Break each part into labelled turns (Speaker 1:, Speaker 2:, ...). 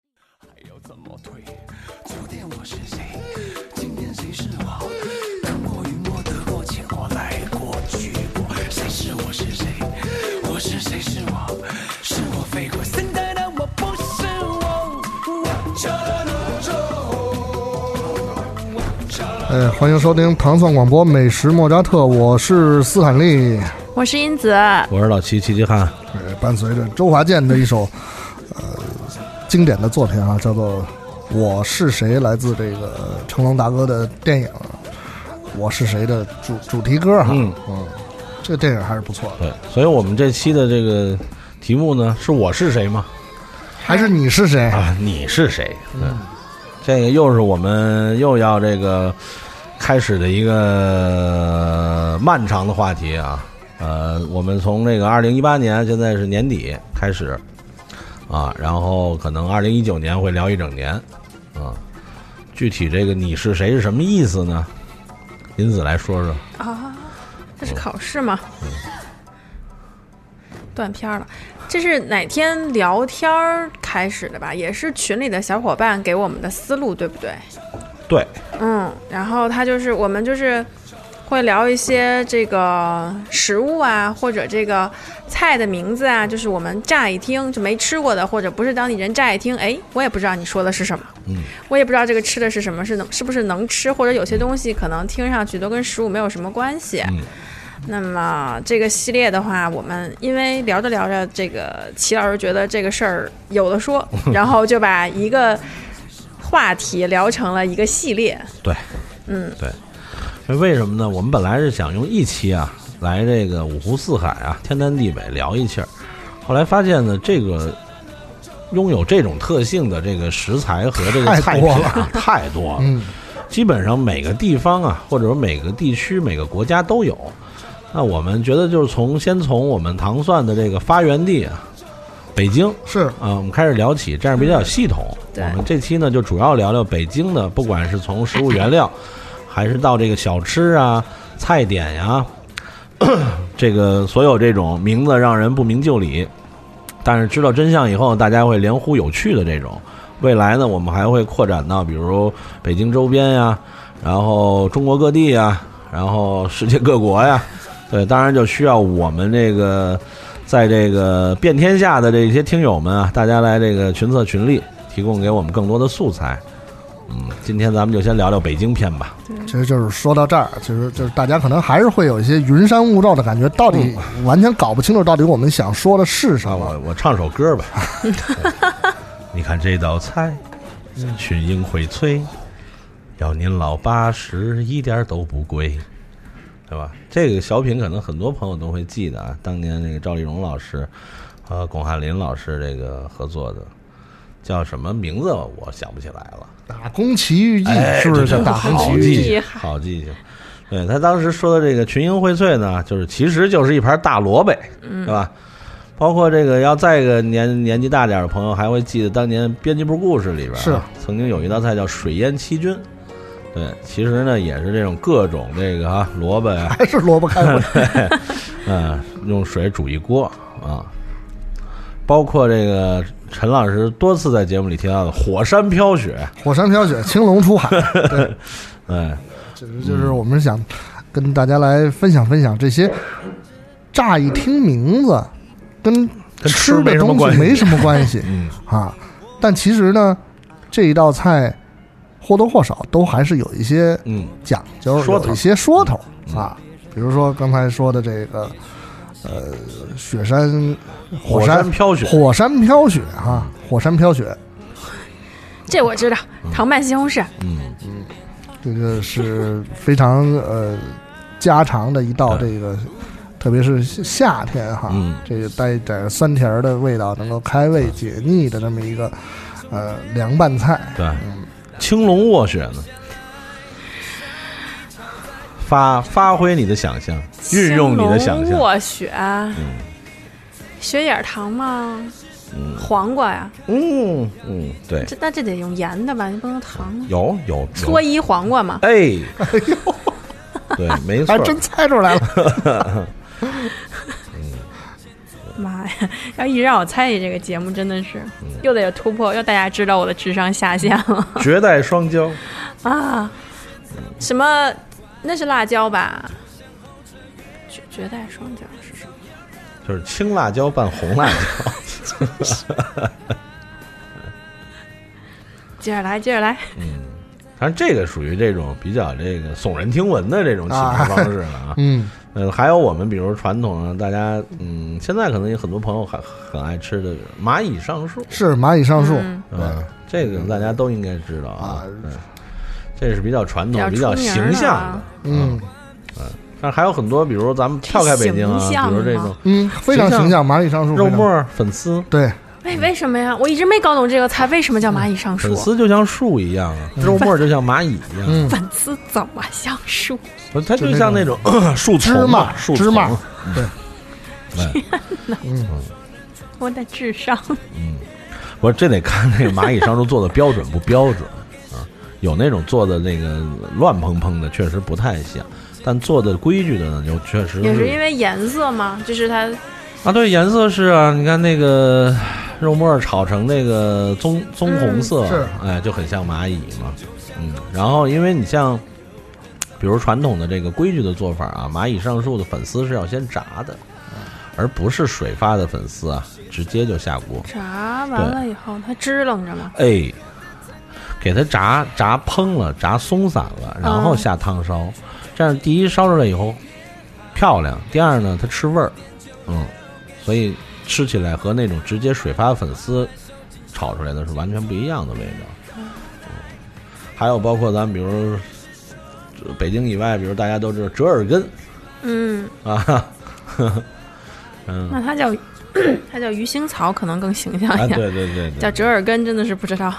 Speaker 1: 嗯
Speaker 2: 怎么退？昨天我是谁？今天谁是我？看过、云过、得过且过、来过去过，谁是我是谁？我是谁是我？是我非过，现在的我不是我。我叫了那种，我叫了
Speaker 1: 哎，欢迎收听糖蒜广播美食莫扎特，我是斯坦利。
Speaker 3: 我是英子，
Speaker 4: 我是老齐，齐齐汉。
Speaker 1: 呃伴随着周华健的一首呃经典的作品啊，叫做《我是谁》，来自这个成龙大哥的电影《我是谁》的主主题歌哈。
Speaker 4: 嗯
Speaker 1: 嗯，这个电影还是不错的，
Speaker 4: 对，所以我们这期的这个题目呢，是我是谁吗？
Speaker 1: 还是你是谁？
Speaker 4: 啊，你是谁？嗯，这个又是我们又要这个开始的一个漫长的话题啊。呃，我们从这个二零一八年，现在是年底开始啊，然后可能二零一九年会聊一整年啊。具体这个你是谁是什么意思呢？林子来说说。
Speaker 3: 这是考试吗？断片儿了，这是哪天聊天儿开始的吧？也是群里的小伙伴给我们的思路，对不对？
Speaker 4: 对，
Speaker 3: 嗯，然后他就是我们就是会聊一些这个食物啊，或者这个菜的名字啊，就是我们乍一听就没吃过的，或者不是当地人乍一听，哎，我也不知道你说的是什么，
Speaker 4: 嗯，
Speaker 3: 我也不知道这个吃的是什么，是能是不是能吃，或者有些东西可能听上去都跟食物没有什么关系。
Speaker 4: 嗯
Speaker 3: 那么这个系列的话，我们因为聊着聊着，这个齐老师觉得这个事儿有的 说，然后就把一个话题聊成了一个系列。
Speaker 4: 对，
Speaker 3: 嗯，
Speaker 4: 对。那为什么呢？我们本来是想用一期啊，来这个五湖四海啊，天南地北聊一气儿，后来发现呢，这个拥有这种特性的这个食材和这个
Speaker 1: 太
Speaker 4: 菜
Speaker 1: 多
Speaker 4: 品啊， 太多了。
Speaker 1: 嗯，
Speaker 4: 基本上每个地方啊，或者说每个地区、每个国家都有。那我们觉得就是从先从我们糖蒜的这个发源地啊，北京，
Speaker 1: 是
Speaker 4: 啊，我们开始聊起，这样比较有系统。
Speaker 3: 对
Speaker 4: 我们这期呢就主要聊聊北京的，不管是从食物原料，还是到这个小吃啊、菜点呀、 这个所有这种名字让人不明就里，但是知道真相以后，大家会连呼有趣的这种。未来呢，我们还会扩展到比如北京周边呀，然后中国各地呀，然后世界各国呀。对，当然就需要我们这个在这个遍天下的这些听友们啊，大家来这个群策群力，提供给我们更多的素材。嗯，今天咱们就先聊聊北京篇吧。
Speaker 1: 其实就是说到这儿，其实就是大家可能还是会有一些云山雾罩的感觉，到底完全搞不清楚到底我们想说的是什
Speaker 4: 啊，
Speaker 1: 么。
Speaker 4: 我我唱首歌吧。你看这道菜，群英荟萃，要您老八十一点儿都不贵，对吧？这个小品可能很多朋友都会记得啊，当年那个赵丽蓉老师和巩汉林老师这个合作的，叫什么名字我想不起来了。
Speaker 1: 打宫崎玉记
Speaker 4: 哎
Speaker 1: 是不是
Speaker 4: 这
Speaker 1: 叫
Speaker 4: 就
Speaker 1: 打宫崎
Speaker 4: 好
Speaker 1: 玉
Speaker 4: 记
Speaker 1: 记？
Speaker 4: 性，好记性。对他当时说的这个群英荟萃呢，就是其实就是一盘大萝卜，对吧？包括这个要再一个年年纪大点儿的朋友，还会记得当年编辑部故事里边、啊、
Speaker 1: 是
Speaker 4: 曾经有一道菜叫水淹七军。对，其实呢也是这种各种这个啊萝卜呀、
Speaker 1: 还是萝卜开 花？
Speaker 4: 嗯，用水煮一锅啊。包括这个陈老师多次在节目里提到的火山飘雪，
Speaker 1: 火山飘雪，青龙出海，
Speaker 4: 嗯，
Speaker 1: 这就是我们想跟大家来分享分享这些，乍一听名字跟
Speaker 4: 跟吃
Speaker 1: 吃
Speaker 4: 没
Speaker 1: 的
Speaker 4: 什么
Speaker 1: 东
Speaker 4: 关
Speaker 1: 西
Speaker 4: 系嗯
Speaker 1: 没什么关系 啊，但其实呢，这一道菜或多或少都还是有一些
Speaker 4: 嗯
Speaker 1: 讲究，
Speaker 4: 说头嗯
Speaker 1: 有一些说头啊，比如说刚才说的这个。呃，雪山，火
Speaker 4: 火山飘雪
Speaker 1: 火山飘雪哈、火山飘雪，
Speaker 3: 这我知道，糖拌西红柿，
Speaker 4: 嗯。
Speaker 1: 这个是非常呃家常的一道这个，特别是夏天哈，
Speaker 4: 嗯
Speaker 1: 这个带一点酸甜儿的味道，能够开胃解腻的这么一个呃凉拌菜。
Speaker 4: 对，青龙卧雪呢？发发挥你的想象，运用你的想
Speaker 3: 青龙
Speaker 4: 象。嗯
Speaker 3: 卧雪，啊雪眼糖吗？黄瓜呀，
Speaker 4: 嗯嗯，对，
Speaker 3: 这那这得用盐的吧？你不能糖啊。
Speaker 4: 有有
Speaker 3: 搓
Speaker 4: 有，
Speaker 3: 衣黄瓜 嘛，
Speaker 4: 哎，对， 没错
Speaker 1: 还，真猜出来了，
Speaker 3: 妈呀！要一直让我参与这个节目，真的是，
Speaker 4: 嗯
Speaker 5: 又得有突破，又大家知道我的智商下降了
Speaker 4: 绝代双骄，
Speaker 5: 啊！
Speaker 4: 嗯
Speaker 3: 什么？那是辣椒吧？
Speaker 5: 绝绝代双骄是什么？
Speaker 4: 就是青辣椒拌红辣椒。
Speaker 5: 接着来，接着来。
Speaker 4: 但是这个属于这种比较这个耸人听闻的这种起名方式了 啊。
Speaker 1: 嗯，
Speaker 4: 呃，还有我们比如传统上大家嗯，现在可能有很多朋友很很爱吃的蚂蚁上树，
Speaker 1: 是蚂蚁上树，
Speaker 4: 嗯，这个大家都应该知道啊
Speaker 1: 啊。
Speaker 4: 嗯，这是比较传统、
Speaker 3: 比
Speaker 4: 比
Speaker 3: 较
Speaker 4: 较
Speaker 3: 出名
Speaker 4: 形
Speaker 3: 的
Speaker 4: 象的
Speaker 3: 啊。
Speaker 1: 嗯
Speaker 4: 但是还有很多，比如咱们跳开北京
Speaker 5: 形象
Speaker 4: 啊，比如这
Speaker 5: 吗
Speaker 4: 种
Speaker 1: 嗯，非常形象，蚂蚁上树，
Speaker 4: 肉
Speaker 1: 非常
Speaker 4: 末儿粉丝，
Speaker 1: 对，
Speaker 3: 为为什么呀？我一直没搞懂这个菜为什么叫蚂蚁上树
Speaker 4: 粉。丝就像树一样啊，肉末儿就像蚂蚁一样。
Speaker 1: 嗯，
Speaker 5: 粉丝怎么像 树？
Speaker 4: 不是，它就
Speaker 1: 就
Speaker 4: 像那
Speaker 1: 那
Speaker 4: 种 树丛
Speaker 1: 芝麻
Speaker 4: 嘛树
Speaker 1: 芝麻
Speaker 4: 丛
Speaker 1: 对。
Speaker 4: 嗯哎
Speaker 5: 我的智商
Speaker 4: 我这得看那个蚂蚁上树做的标准不标准啊？有那种做的那个乱蓬蓬的，确实不太像；但做的规矩的呢，就确实
Speaker 3: 也是因为颜色吗？就是它
Speaker 4: 啊，对，颜色是啊，你看那个肉末儿炒成那个棕棕红色，
Speaker 1: 是
Speaker 4: 哎，就很像蚂蚁嘛，嗯。然后因为你像，比如传统的这个规矩的做法啊，蚂蚁上树的粉丝是要先炸的，而不是水发的粉丝啊，直接就下锅，
Speaker 3: 炸完了以后，它支棱着嘛。
Speaker 4: 哎，给它炸炸蓬了，炸松散了，
Speaker 5: 哦
Speaker 4: 然后下汤烧，这样第一烧出来以后漂亮，第二呢它吃味儿，嗯，所以吃起来和那种直接水发粉丝炒出来的是完全不一样的味道。嗯、还有包括咱们比如呃北京以外，比如大家都知道折耳根
Speaker 3: 嗯，
Speaker 5: 哎
Speaker 4: 啊，呵呵嗯，
Speaker 5: 那它 叫它叫鱼腥草，可能更形象
Speaker 4: 啊，
Speaker 5: 一点。
Speaker 4: 对对对对
Speaker 5: 叫。折耳根真的是不知道，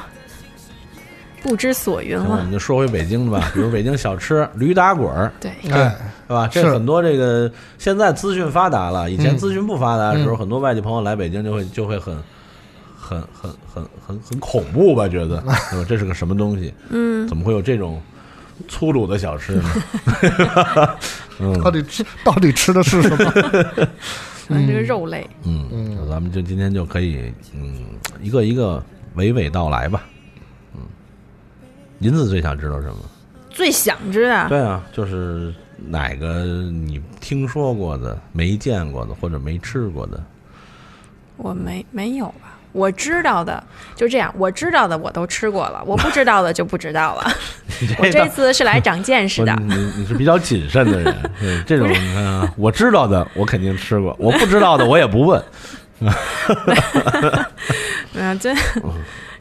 Speaker 5: 不知所云
Speaker 4: 行我
Speaker 3: 啊
Speaker 5: 了。
Speaker 4: 们就说回北京吧，比如北京小吃驴打滚儿，
Speaker 5: 对，
Speaker 1: 哎，
Speaker 4: 是吧？这
Speaker 1: 是
Speaker 4: 很多这个现在资讯发达了，以前资讯不发达的时候，
Speaker 1: 嗯
Speaker 4: 很多外地朋友来北京就会就会很很很很很很恐怖吧？觉 得嗯这是个什么东西？嗯，怎么会有这种粗鲁的小吃 呢？
Speaker 1: 到底吃到底吃的是什么？
Speaker 5: 反正这个肉类，
Speaker 4: 嗯，那咱们就今天就可以嗯一个一个娓娓道来吧。嗯，银子最想知道什么？
Speaker 3: 最想知道
Speaker 4: 对啊，就是哪个你听说过的、没见过的或者没吃过的。
Speaker 5: 我没没有吧？
Speaker 3: 我知道的就这样，我知道的我都吃过了，我不知道的就不知道了。我
Speaker 4: 倒
Speaker 3: 这次是来长见识的
Speaker 4: 不。你你是比较谨慎的人，对这种你看啊，我知道的我肯定吃过，我不知道的我也不问。
Speaker 3: 嗯，真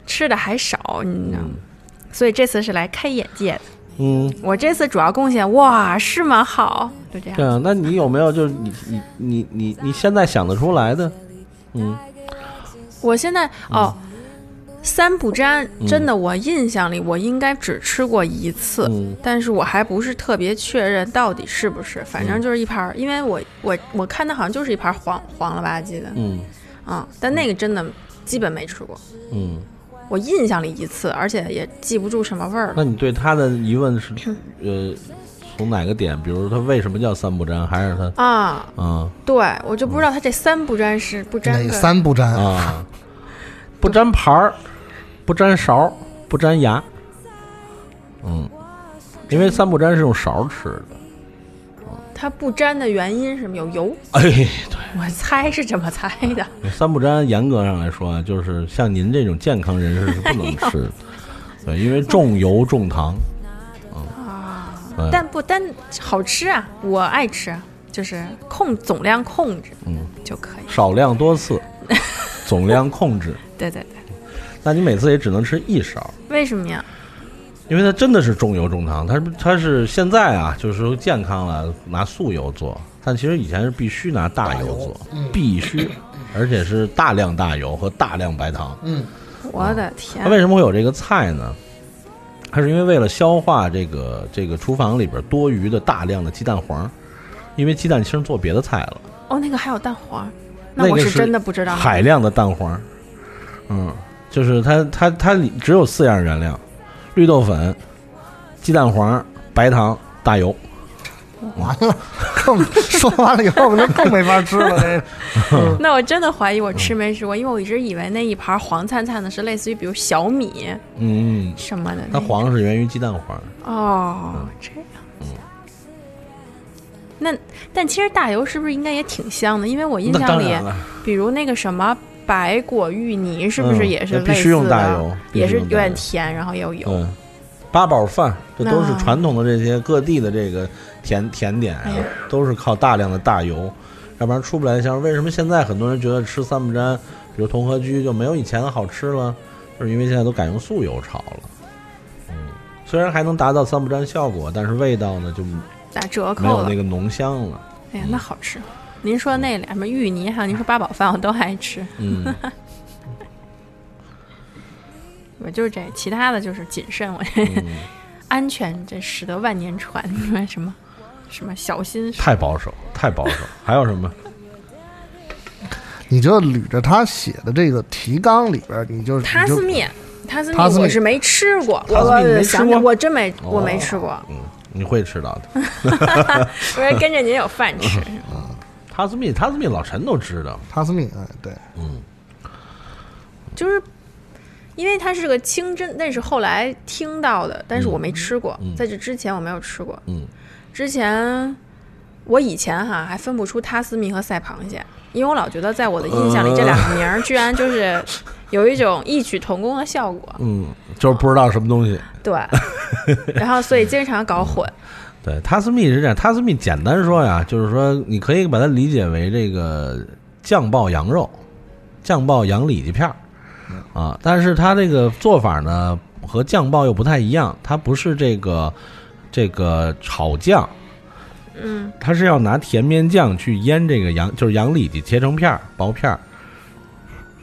Speaker 3: 吃的还少，你知道吗？所以这次是来开眼界的。
Speaker 4: 嗯，
Speaker 3: 我这次主要贡献，哇，是吗？好，就这样
Speaker 4: 对。啊，那你有没有就是你你你你你现在想得出来的？嗯，
Speaker 3: 我现在哦，三不沾，
Speaker 4: 嗯
Speaker 3: 真的，我印象里我应该只吃过一次，
Speaker 4: 嗯
Speaker 3: 但是我还不是特别确认到底是不是，反
Speaker 4: 嗯
Speaker 3: 正就是一盘儿，因为我我我看它好像就是一盘儿黄黄了吧唧的，
Speaker 4: 嗯
Speaker 3: 啊、但那个真的基本没吃过，
Speaker 4: 嗯，
Speaker 3: 我印象里一次，而且也记不住什么味儿了。
Speaker 4: 那你对他的疑问是呃，从哪个点？比如他为什么叫三不沾，还是他
Speaker 3: 啊，
Speaker 4: 啊
Speaker 3: 对，我就不知道它这三不沾是不沾
Speaker 1: 哪
Speaker 3: 的，
Speaker 1: 三不沾？
Speaker 4: 啊，不沾盘儿，不沾勺儿，不沾牙。嗯，因为三不沾是用勺儿吃的。
Speaker 3: 它不沾的原因是什么？有 油，
Speaker 4: 哎，对。
Speaker 3: 我猜是这么猜的。
Speaker 4: 三不沾，严格上来说啊，就是像您这种健康人士是不能吃的，对，因为重油重糖。嗯，对
Speaker 3: 但不但好吃啊，我爱吃，就是控总量控制，嗯，就可以。
Speaker 4: 少量多次，总量控制。
Speaker 3: 对对对，
Speaker 4: 那你每次也只能吃一勺，
Speaker 3: 为什么呀？
Speaker 4: 因为它真的是重油重糖。它是它是现在啊，就是说健康了，拿素油做，但其实以前是必须拿大油嗯做，必须，而且是大量大油和大量白糖。
Speaker 1: 嗯，
Speaker 3: 我的天
Speaker 4: 它，啊为什么会有这个菜呢？它是因为为了消化这个这个厨房里边多余的大量的鸡蛋黄，因为鸡蛋清做别的菜了，
Speaker 3: 哦，那个还有蛋黄，
Speaker 4: 那
Speaker 3: 那我
Speaker 4: 个
Speaker 3: 是
Speaker 4: 是
Speaker 3: 真的不知道。
Speaker 4: 海量的蛋黄，嗯，就是它它它里只有四样原料：绿豆粉、鸡蛋黄、白糖、大油。
Speaker 1: 完了，更 说完了以后，那更没法吃了。哎这
Speaker 3: 那我真的怀疑我
Speaker 4: 嗯
Speaker 3: 吃没吃过，因为我一直以为那一盘黄灿灿的是类似于比如小米
Speaker 4: 嗯，
Speaker 3: 什么的那
Speaker 4: 它
Speaker 3: 种。
Speaker 4: 黄是源于鸡蛋黄，嗯
Speaker 3: 哦，这样子。那但其实大油是不是应该也挺香的？因为我印
Speaker 4: 那
Speaker 3: 象
Speaker 4: 当
Speaker 3: 里，
Speaker 4: 然了，
Speaker 3: 比如那个什么白果芋泥，是不是
Speaker 4: 嗯
Speaker 3: 也是
Speaker 4: 那必
Speaker 3: 类
Speaker 4: 须
Speaker 3: 似
Speaker 4: 用大
Speaker 3: 的
Speaker 4: 油必
Speaker 3: 也
Speaker 4: 须
Speaker 3: 是
Speaker 4: 用
Speaker 3: 有
Speaker 4: 大
Speaker 3: 点
Speaker 4: 油
Speaker 3: 甜，然后又有。
Speaker 4: 对，八宝饭，这都是
Speaker 3: 那
Speaker 4: 传统的这些各地的这个甜甜点啊
Speaker 3: 哎呀，
Speaker 4: 都是靠大量的大油，要不然出不来香。为什么现在很多人觉得吃三不沾，比如同和居就没有以前的好吃了？就是因为现在都改用素油炒了。嗯，虽然还能达到三不沾效果，但是味道呢就嗯没
Speaker 3: 打折扣
Speaker 4: 有
Speaker 3: 了。
Speaker 4: 那个浓香 了。
Speaker 3: 哎呀，那好吃！您说那俩什么芋泥，还有您说八宝饭，我都爱吃。
Speaker 4: 嗯，
Speaker 3: 我就是这，其他的就是谨慎，我 这、安全这使得万年船，什么什么小心
Speaker 4: 太保守，太保守。还有什么？
Speaker 1: 你就捋着他写的这个提纲里边儿，你就你
Speaker 3: 塔
Speaker 1: 就
Speaker 3: 斯面，塔斯
Speaker 1: 塔斯
Speaker 3: 面
Speaker 1: 面
Speaker 3: 我是没吃过，我
Speaker 4: 塔斯面你没
Speaker 3: 我
Speaker 4: 吃
Speaker 3: 想
Speaker 4: 过
Speaker 3: 想，我真没我没
Speaker 4: 哦
Speaker 3: 吃过，
Speaker 4: 嗯，你会吃到的。
Speaker 3: 我是跟着您有饭吃。
Speaker 4: 塔斯密，塔斯密，老陈都知道。
Speaker 1: 塔斯米，哎，对，
Speaker 3: 就是因为它是个清真，那是后来听到的，但是我没吃过，在这之前我没有吃过。
Speaker 4: 嗯，
Speaker 3: 之前我以前哈还分不出塔斯密和赛螃蟹，因为我老觉得在我的印象里这两个名儿居然就是有一种异曲同工的效果，
Speaker 4: 嗯，就是不知道什么东西。
Speaker 3: 对，然后所以经常搞混。
Speaker 4: 对，塔斯密是这样，塔斯密简单说呀，就是说你可以把它理解为这个酱爆羊肉、酱爆羊里脊片儿啊，但是它这个做法呢和酱爆又不太一样，它不是这个这个炒酱，
Speaker 3: 嗯，
Speaker 4: 它是要拿甜面酱去腌这个羊，就是羊里脊切成片儿、薄片儿，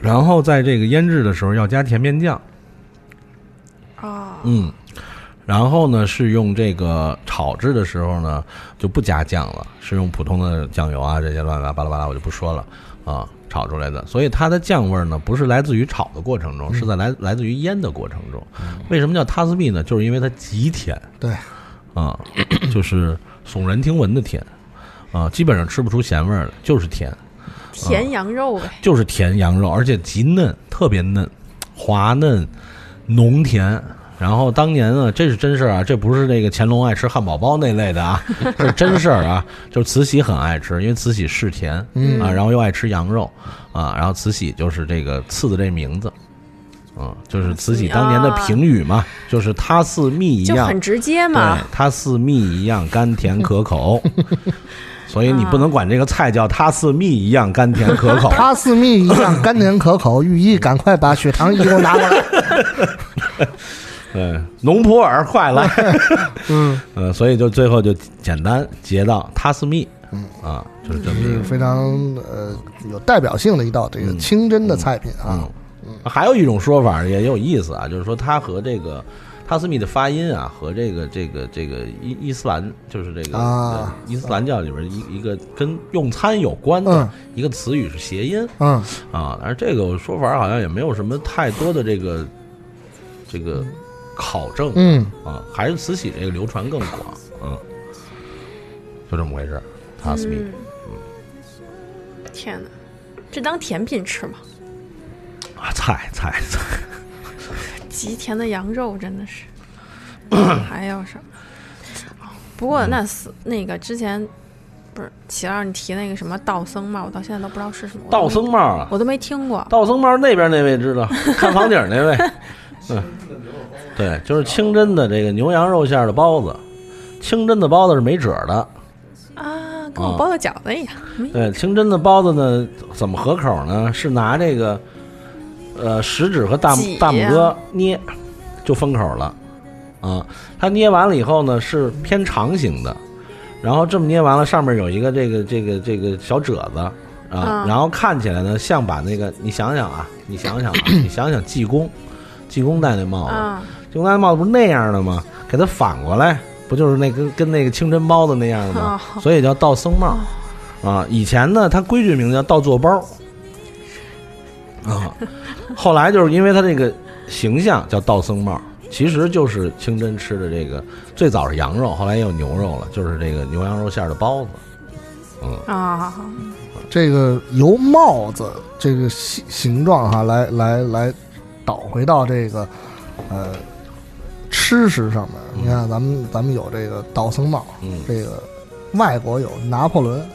Speaker 4: 然后在这个腌制的时候要加甜面酱。
Speaker 3: 哦，
Speaker 4: 嗯，然后呢是用这个炒制的时候呢就不加酱了，是用普通的酱油啊这些乱七八糟巴拉巴拉我就不说了啊炒出来的，所以它的酱味儿呢不是来自于炒的过程中，是在来来自于腌的过程中。为什么叫塔斯密呢？就是因为它极甜，
Speaker 1: 对
Speaker 4: 啊，就是耸人听闻的甜啊，基本上吃不出咸味儿来，就是甜。
Speaker 3: 甜羊肉呗，
Speaker 4: 就是甜羊肉，而且极嫩，特别嫩，滑嫩，浓甜。然后当年呢，这是真事儿啊，这不是那个乾隆爱吃汉堡包那类的啊， 这是真事儿啊。就是慈禧很爱吃，因为慈禧嗜甜，
Speaker 1: 嗯
Speaker 4: 啊，然后又爱吃羊肉，啊，然后慈禧就是这个赐的这名字，嗯，就是慈禧当年的评语嘛，就是它似蜜一
Speaker 3: 就
Speaker 4: 样
Speaker 3: 很，直接嘛
Speaker 4: 对。，它似蜜一样甘甜可口， 所以你不能管这个菜叫它似蜜一样甘甜可口，
Speaker 1: 塔斯米一样甘甜可口，寓意赶快把血糖仪给我拿过来。
Speaker 4: 对，呃农普洱快来，
Speaker 1: 嗯，
Speaker 4: 呃，所以就最后就简单截到塔斯密，嗯啊，就是这么一
Speaker 1: 是
Speaker 4: 个。
Speaker 1: 非常呃有代表性的一道这个清真的菜品啊。
Speaker 4: 嗯，还有一种说法也有意思啊，就是说它和这个塔斯密的发音啊，和这个这个这个伊伊斯兰就是这个、呃
Speaker 1: 啊
Speaker 4: 伊斯兰教里边一一个跟用餐有关的
Speaker 1: 嗯
Speaker 4: 一个词语是谐音
Speaker 1: 嗯，
Speaker 4: 啊，但是这个说法好像也没有什么太多的这个这个考证，
Speaker 1: 嗯，
Speaker 4: 啊，还是慈禧这个流传更广，嗯，就这么回事儿。塔斯密
Speaker 3: 嗯，天哪，这当甜品吃吗？
Speaker 4: 啊，菜菜菜，
Speaker 3: 极甜的羊肉真的 是，还有什么？不过那死那个之前不是齐老师你提那个什么道僧嘛，我到现在都不知道是什么。我都
Speaker 4: 道
Speaker 3: 没
Speaker 4: 僧帽啊，
Speaker 3: 我都没听过。
Speaker 4: 道僧帽那边那位知道，看房顶儿那位， 嗯，对，就是清真的这个牛羊肉馅儿的包子，清真的包子是没褶儿的，
Speaker 3: 啊，跟我包的饺子一样。没
Speaker 4: 对，清真的包子呢，怎么合口呢？是拿这个，呃，食指和大
Speaker 3: 挤
Speaker 4: 拇大拇哥捏，就封口了。啊，它捏完了以后呢，是偏长形的，然后这么捏完了，上面有一个这个这个这个小褶子啊
Speaker 3: 啊，
Speaker 4: 然后看起来呢，像把那个你想想啊，你想想啊，你想想济公，济公戴那帽子，
Speaker 3: 啊，
Speaker 4: 济公戴那帽子不是那样的吗？给它反过来，不就是那跟跟那个清真包子那样的吗？
Speaker 3: 哦
Speaker 4: 所以叫道僧帽。啊，以前呢，它规矩名叫倒坐包。 啊，后来就是因为它这个形象叫道僧帽，其实就是清真吃的这个，最早是羊肉，后来也有牛肉了，就是这个牛羊肉馅儿的包子。嗯，
Speaker 3: 啊、
Speaker 1: 这个由帽子这个形形状哈、来来来倒回到这个呃吃食上面。你看，咱们咱们有这个道僧帽，
Speaker 4: 嗯
Speaker 1: 这个外国有拿破仑，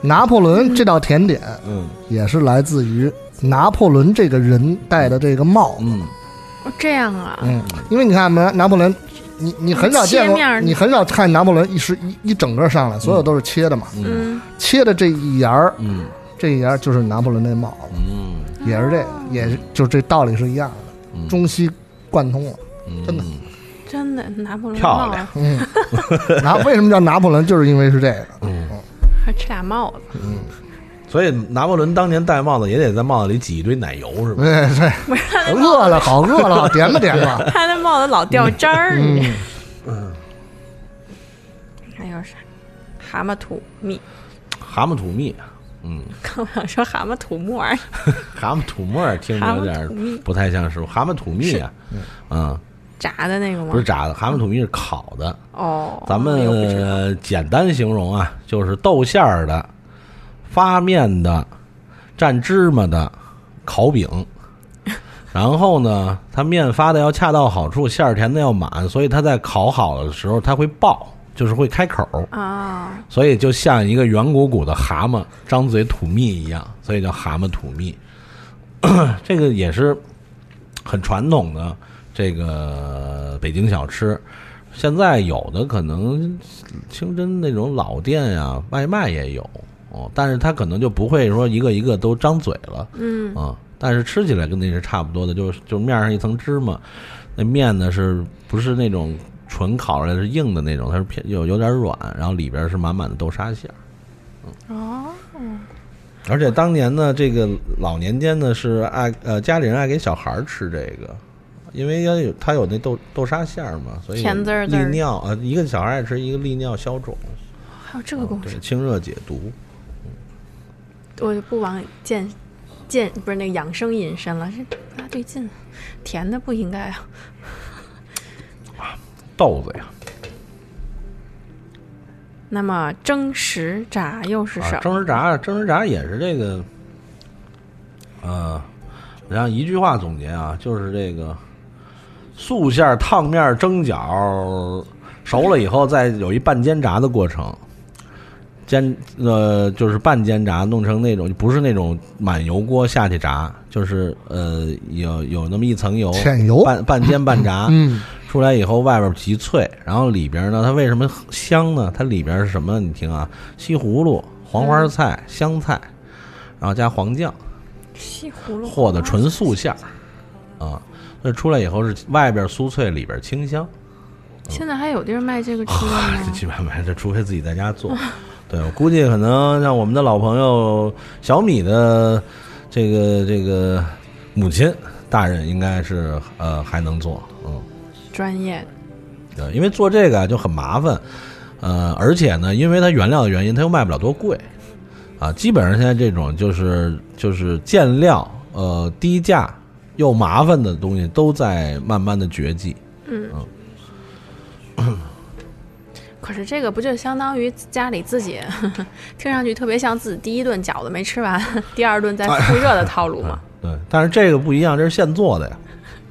Speaker 1: 拿破仑这道甜点
Speaker 4: 嗯
Speaker 1: 也是来自于拿破仑这个人戴的这个帽子。
Speaker 4: 嗯，
Speaker 3: 哦这样啊，
Speaker 1: 嗯，因为你看拿拿破仑，你你很少见过
Speaker 3: 切面儿，
Speaker 1: 你很少看拿破仑一是一一整个上来，所有都是切的嘛，
Speaker 3: 嗯，
Speaker 1: 切的这一沿儿。
Speaker 4: 嗯
Speaker 1: 这一沿就是拿破仑那帽子，
Speaker 4: 嗯
Speaker 1: 也是这个，也是就这道理是一样的，
Speaker 4: 嗯，
Speaker 1: 中西贯通了。真的
Speaker 4: 嗯
Speaker 3: 真的拿破仑帽
Speaker 4: 漂
Speaker 3: 子
Speaker 4: 亮
Speaker 1: 嗯，拿为什么叫拿破仑，就是因为是这个。
Speaker 4: 嗯
Speaker 3: 还吃俩帽子，
Speaker 4: 所以拿破仑当年戴帽子也得在帽子里挤一堆奶油，是吧？
Speaker 1: 对对，
Speaker 3: 不是 他那帽
Speaker 1: 饿了好，饿了好，点吧点吧。
Speaker 3: 他那帽子老掉渣儿，你
Speaker 1: 嗯，
Speaker 3: 还有啥？蛤蟆吐蜜，
Speaker 4: 蛤蟆吐蜜，嗯，
Speaker 3: 刚想说蛤蟆吐沫儿，
Speaker 4: 蛤蟆吐沫儿听着有点
Speaker 3: 蛤蟆吐蜜
Speaker 4: 儿不太像是蛤蟆吐蜜啊，嗯，
Speaker 3: 炸的那个吗？
Speaker 4: 不是炸的，蛤蟆吐蜜是烤的。
Speaker 3: 哦，
Speaker 4: 咱
Speaker 3: 那个不知道
Speaker 4: 们简单形容啊，就是豆馅儿的、发面的、蘸芝麻的烤 饼。然后呢，它面发的要恰到好处，馅儿甜的要满，所以它在烤好的时候它会爆，就是会开口，
Speaker 3: 啊，
Speaker 4: 所以就像一个圆鼓鼓的蛤蟆张嘴吐蜜一样，所以叫蛤蟆吐蜜。 这个也是很传统的这个北京小吃。现在有的可能清真那种老店呀、外卖也有哦，但是它可能就不会说一个一个都张嘴了，嗯啊，但是吃起来跟那是差不多的，就是就面上一层芝麻，那面呢是不是那种纯烤出来的是硬的那种，它是偏有有点软，然后里边是满满的豆沙馅儿。
Speaker 3: 哦，
Speaker 4: 而且当年呢，这个老年间呢是爱呃家里人爱给小孩儿吃这个，因为要有它有那豆豆沙馅儿嘛，所以
Speaker 3: 甜滋儿滋
Speaker 4: 利
Speaker 3: 儿
Speaker 4: 尿啊、呃一个小孩爱吃，一个利尿消肿，
Speaker 3: 还有这个公
Speaker 4: 对
Speaker 3: 式，，
Speaker 4: 清热解毒。
Speaker 3: 哦我就不往健健不是那个养生引申了，这不大对劲，甜的不应该啊。
Speaker 4: 豆子呀，
Speaker 3: 那么蒸食炸又是什
Speaker 4: 啊，
Speaker 3: 么？
Speaker 4: 蒸食炸，蒸食炸也是这个，呃，然后一句话总结啊，就是这个素馅儿烫面儿蒸饺熟了以后，再有一半煎炸的过程。煎呃，就是半煎炸，弄成那种不是那种满油锅下去炸，就是呃有有那么一层油，
Speaker 1: 浅油
Speaker 4: 半半煎半炸，
Speaker 1: 嗯，
Speaker 4: 出来以后外边极脆，然后里边呢，它为什么香呢？它里边是什么？你听啊，西葫芦、黄花菜、香菜，然后加黄酱
Speaker 3: 西葫芦
Speaker 4: 和的纯素馅儿啊，所以出来以后是外边酥脆，里边清香。
Speaker 3: 现在还有地儿卖这个吃的
Speaker 4: 啊，这
Speaker 3: 吗？
Speaker 4: 基本上买这，除非自己在家做。对我估计可能像我们的老朋友小米的这个这个母亲大人，应该是呃还能做，嗯。
Speaker 3: 专业
Speaker 4: 对，因为做这个啊就很麻烦，呃，而且呢，因为它原料的原因，它又卖不了多贵，啊，基本上现在这种就是就是建料，呃，低价又麻烦的东西都在慢慢的绝迹。
Speaker 3: 可是这个不就相当于家里自己， 听上去特别像自己第一顿饺子没吃完，第二顿再
Speaker 4: 哎
Speaker 3: 复热的套路吗？
Speaker 4: 对，但是这个不一样，这是现做的呀。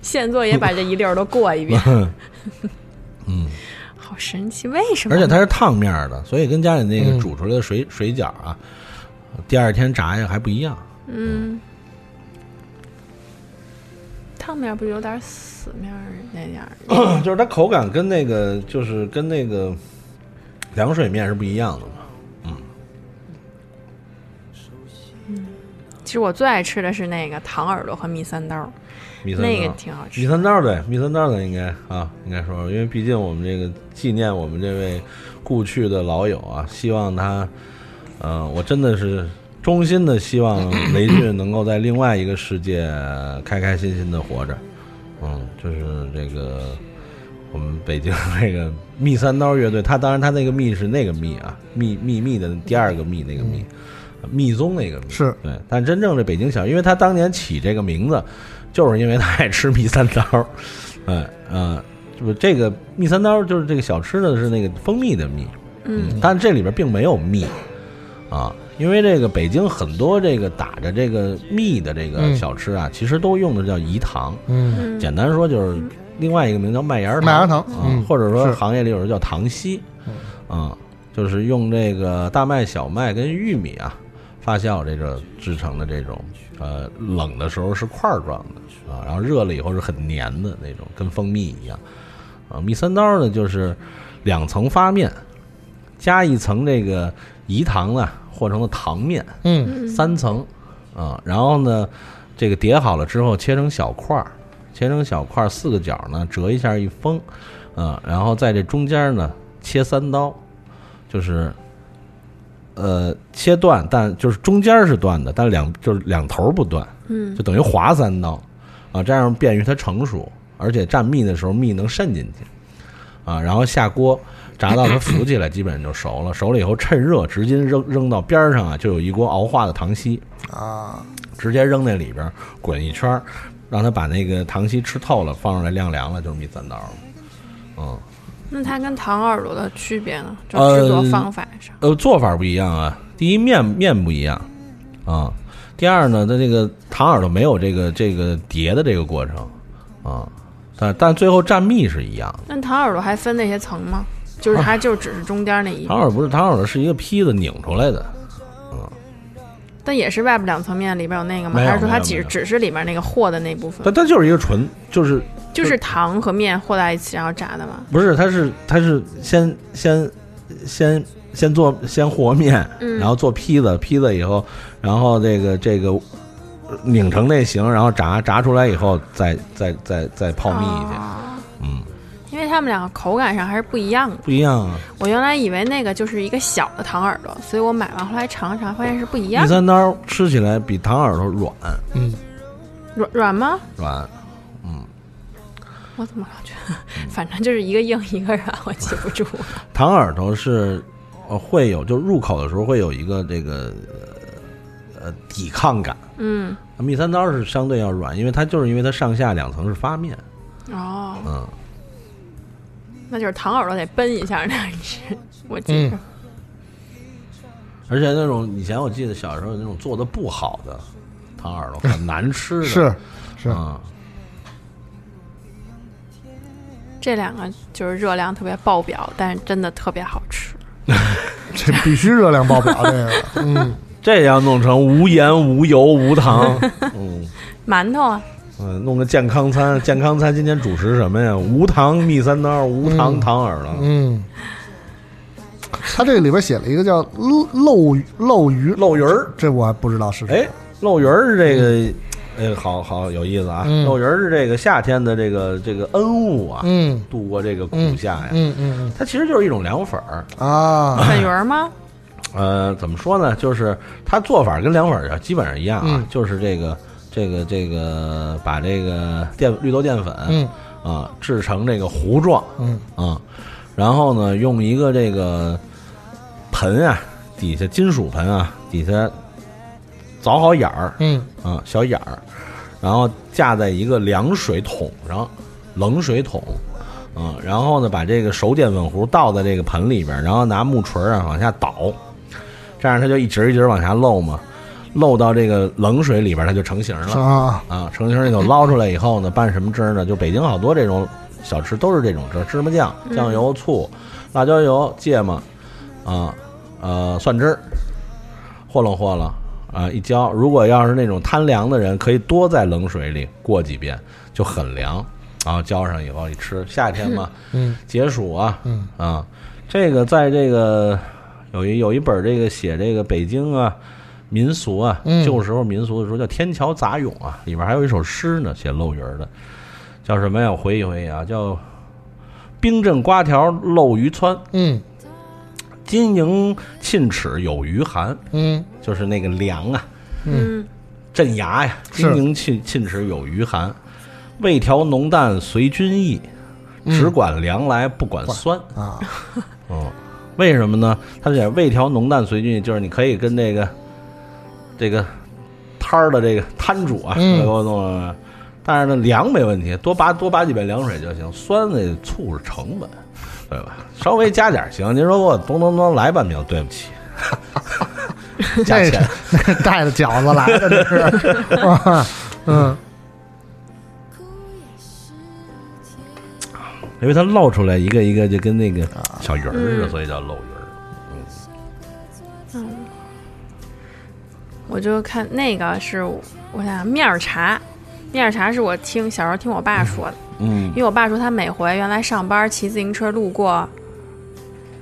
Speaker 3: 现做也把这一溜儿都过一遍，
Speaker 4: 嗯，
Speaker 3: 好神奇！为什么？
Speaker 4: 而且它是烫面儿的，所以跟家里那个
Speaker 1: 嗯
Speaker 4: 煮出来的水、水饺啊，第二天炸呀还不一样。
Speaker 3: 嗯，烫面不就有点死面儿那点儿？
Speaker 4: 就是它口感跟那个就是跟那个凉水面是不一样的嘛。
Speaker 3: 其实我最爱吃的是那个糖耳朵和蜜三刀儿，
Speaker 4: 米三
Speaker 3: 那
Speaker 4: 刀
Speaker 3: 个挺好
Speaker 4: 米
Speaker 3: 吃。
Speaker 4: 三道对，米三道的应该啊，应该说，因为毕竟我们这个纪念我们这位故去的老友啊，希望他，呃，我真的是衷心的希望雷俊能够在另外一个世界开开心心的活着，嗯，就是这个我们北京这个蜜三刀乐队，他当然他那个蜜是那个蜜啊，蜜蜜蜜的第二个蜜那个蜜，密宗那个蜜
Speaker 1: 是
Speaker 4: 对，但真正这北京小，因为他当年起这个名字，就是因为他爱吃蜜三刀儿，哎啊，这不这个蜜三刀就是这个小吃的是那个蜂蜜的蜜，
Speaker 3: 嗯，
Speaker 4: 但这里边并没有蜜啊，因为这个北京很多这个打着这个蜜的这个
Speaker 1: 嗯
Speaker 4: 小吃啊，其实都用的叫饴糖，
Speaker 1: 嗯，
Speaker 3: 嗯
Speaker 4: 简单说就是另外一个名叫麦芽糖，
Speaker 1: 麦芽糖
Speaker 4: 啊，
Speaker 1: 嗯
Speaker 4: 或者说
Speaker 1: 是嗯
Speaker 4: 行业里有人叫糖稀，啊，就是用这个大麦、小麦跟玉米啊发酵这个制成的这种，呃，冷的时候是块儿状的啊，然后热了以后是很黏的那种，跟蜂蜜一样。啊，蜜三刀呢就是两层发面，加一层这个饴糖呢和成了糖面，
Speaker 1: 嗯
Speaker 4: 三层啊，然后呢，这个叠好了之后切成小块儿，切成小块儿四个角呢折一下一封，啊，然后在这中间呢切三刀，就是呃切断，但就是中间是断的，但两就是两头儿不断，
Speaker 3: 嗯，
Speaker 4: 就等于划三刀啊，这样便于它成熟，而且蘸蜜的时候蜜能渗进去啊，然后下锅。炸到它浮起来，基本就熟了。熟了以后趁热直接扔扔到边儿上啊，就有一锅熬化的糖稀，
Speaker 1: 啊，
Speaker 4: 直接扔那里边儿滚一圈儿，让它把那个糖稀吃透了，放出来晾凉了就是蜜三刀了。嗯，
Speaker 3: 那它跟糖耳朵的区别呢？就制作
Speaker 4: 呃
Speaker 3: 方法上，
Speaker 4: 呃，做法不一样啊。第一面面不一样啊，第二呢，它这个糖耳朵没有这个这个叠的这个过程啊，但但最后蘸蜜是一样的。
Speaker 3: 那糖耳朵还分那些层吗？就是它就只是中间那一，
Speaker 4: 啊糖耳不是糖耳朵，是一个坯子拧出来的，
Speaker 3: 但也是外边两层面，里边有那个吗？
Speaker 4: 没有
Speaker 3: 还是说它
Speaker 4: 没有没
Speaker 3: 只
Speaker 4: 有
Speaker 3: 只是里面那个和的那部分？
Speaker 4: 但它就是一个纯就是
Speaker 3: 就是糖和面和在一起然后炸的吗？
Speaker 4: 不是它是它是先先先先做先和面，
Speaker 3: 嗯
Speaker 4: 然后做坯子，坯子以后，然后这个这个呃拧成那形，然后炸炸出来以后，再再再再泡蜜去，
Speaker 3: 哦
Speaker 4: 嗯，
Speaker 3: 因为它们两个口感上还是不一样的。
Speaker 4: 不一样啊。
Speaker 3: 我原来以为那个就是一个小的糖耳朵，所以我买完后来尝一尝，发现是不一
Speaker 4: 蜜
Speaker 3: 样的。
Speaker 4: 三刀吃起来比糖耳朵软
Speaker 1: 嗯，
Speaker 3: 软软吗？
Speaker 4: 软，嗯，
Speaker 3: 我怎么老觉得，反正就是一个硬一个软，我记不住。
Speaker 4: 糖耳朵是呃会有就入口的时候会有一个这个呃呃抵抗感，
Speaker 3: 嗯，
Speaker 4: 蜜三刀是相对要软，因为它就是因为它上下两层是发面，
Speaker 3: 哦，
Speaker 4: 嗯。
Speaker 3: 那就是糖耳朵得崩一下那样吃，我记着。
Speaker 4: 而且那种以前我记得小时候那种做的不好的糖耳朵很难吃的，
Speaker 1: 是是
Speaker 4: 啊，
Speaker 3: 这两个就是热量特别爆表，但是真的特别好吃。
Speaker 1: 这必须热量爆表，这个，嗯，
Speaker 4: 这要弄成无盐无油 无糖，嗯
Speaker 3: 馒头啊，
Speaker 4: 嗯，弄个健康餐，健康餐今天主食什么呀？无糖蜜三刀，无糖
Speaker 1: 嗯
Speaker 4: 糖耳朵，
Speaker 1: 嗯，他这里边写了一个叫漏漏鱼漏鱼，
Speaker 4: 漏鱼儿，
Speaker 1: 这我还不知道是什么。
Speaker 4: 哎，漏鱼儿是这个，哎，好好有意思啊，
Speaker 1: 嗯
Speaker 4: 漏鱼儿是这个夏天的这个这个恩物啊，
Speaker 1: 嗯
Speaker 4: 度过这个苦
Speaker 1: 嗯
Speaker 4: 夏呀，
Speaker 1: 嗯嗯
Speaker 4: 它其实就是一种凉粉儿，
Speaker 1: 嗯啊，
Speaker 3: 粉圆儿吗？
Speaker 4: 呃，怎么说呢？就是它做法跟凉粉儿基本上一样啊，
Speaker 1: 嗯
Speaker 4: 就是这个这个这个把这个淀绿豆淀粉啊、
Speaker 1: 嗯
Speaker 4: 制成这个糊状
Speaker 1: 嗯
Speaker 4: 啊，然后呢用一个这个盆啊底下金属盆啊底下凿好眼儿
Speaker 1: 嗯
Speaker 4: 啊小眼儿，然后架在一个凉水桶上，冷水桶。啊，然后呢，把这个熟淀粉糊倒在这个盆里边儿，然后拿木锤儿啊往下倒，这样它就一节一节往下漏嘛，漏到这个冷水里边儿，它就成型
Speaker 1: 是
Speaker 4: 了
Speaker 1: 啊，
Speaker 4: 啊。成型以后捞出来以后呢，拌什么汁儿呢？就北京好多这种小吃都是这种汁儿，芝麻酱、
Speaker 1: 嗯
Speaker 4: 酱油、醋、辣椒油、芥末，啊，呃，蒜汁儿，和弄和弄。啊，一浇，如果要是那种贪凉的人，可以多在冷水里过几遍，就很凉。然后浇上以后一吃，夏天嘛，
Speaker 1: 嗯
Speaker 4: 解暑啊，
Speaker 1: 嗯
Speaker 4: 啊，这个在这个有一有一本这个写这个北京啊民俗啊，
Speaker 1: 嗯
Speaker 4: 旧时候民俗的时候叫《天桥杂咏》啊，里边还有一首诗呢，写漏鱼儿的，叫什么呀？我回忆回忆啊，叫“冰镇瓜条漏鱼穿，
Speaker 1: 嗯
Speaker 4: 金营沁齿有余寒”，
Speaker 1: 嗯
Speaker 4: 就是那个凉啊，
Speaker 3: 嗯，
Speaker 4: 镇衙呀，金
Speaker 1: 是
Speaker 4: 营沁沁齿有余寒，味调浓淡随君意，只管凉来不管酸。
Speaker 1: 嗯啊，
Speaker 4: 哦，为什么呢？它写味调浓淡随均，就是你可以跟这个这个摊儿的这个摊主啊，
Speaker 1: 嗯
Speaker 4: 给我弄但是呢，凉没问题，多拔多拔几杯凉水就行。酸的醋是成本，对吧？稍微加点儿行。您说给我咚咚咚来半瓶，对不起，加钱。
Speaker 1: 那带着饺子来的，这是，哇嗯，
Speaker 4: 因为它露出来一个一个就跟那个小鱼儿似
Speaker 3: 嗯
Speaker 4: 的，所以叫漏鱼儿。
Speaker 3: 我就看那个是我想想面儿茶，面儿茶是我听小时候听我爸说的，
Speaker 4: 嗯
Speaker 3: 因，为我爸说他每回原来上班骑自行车路过，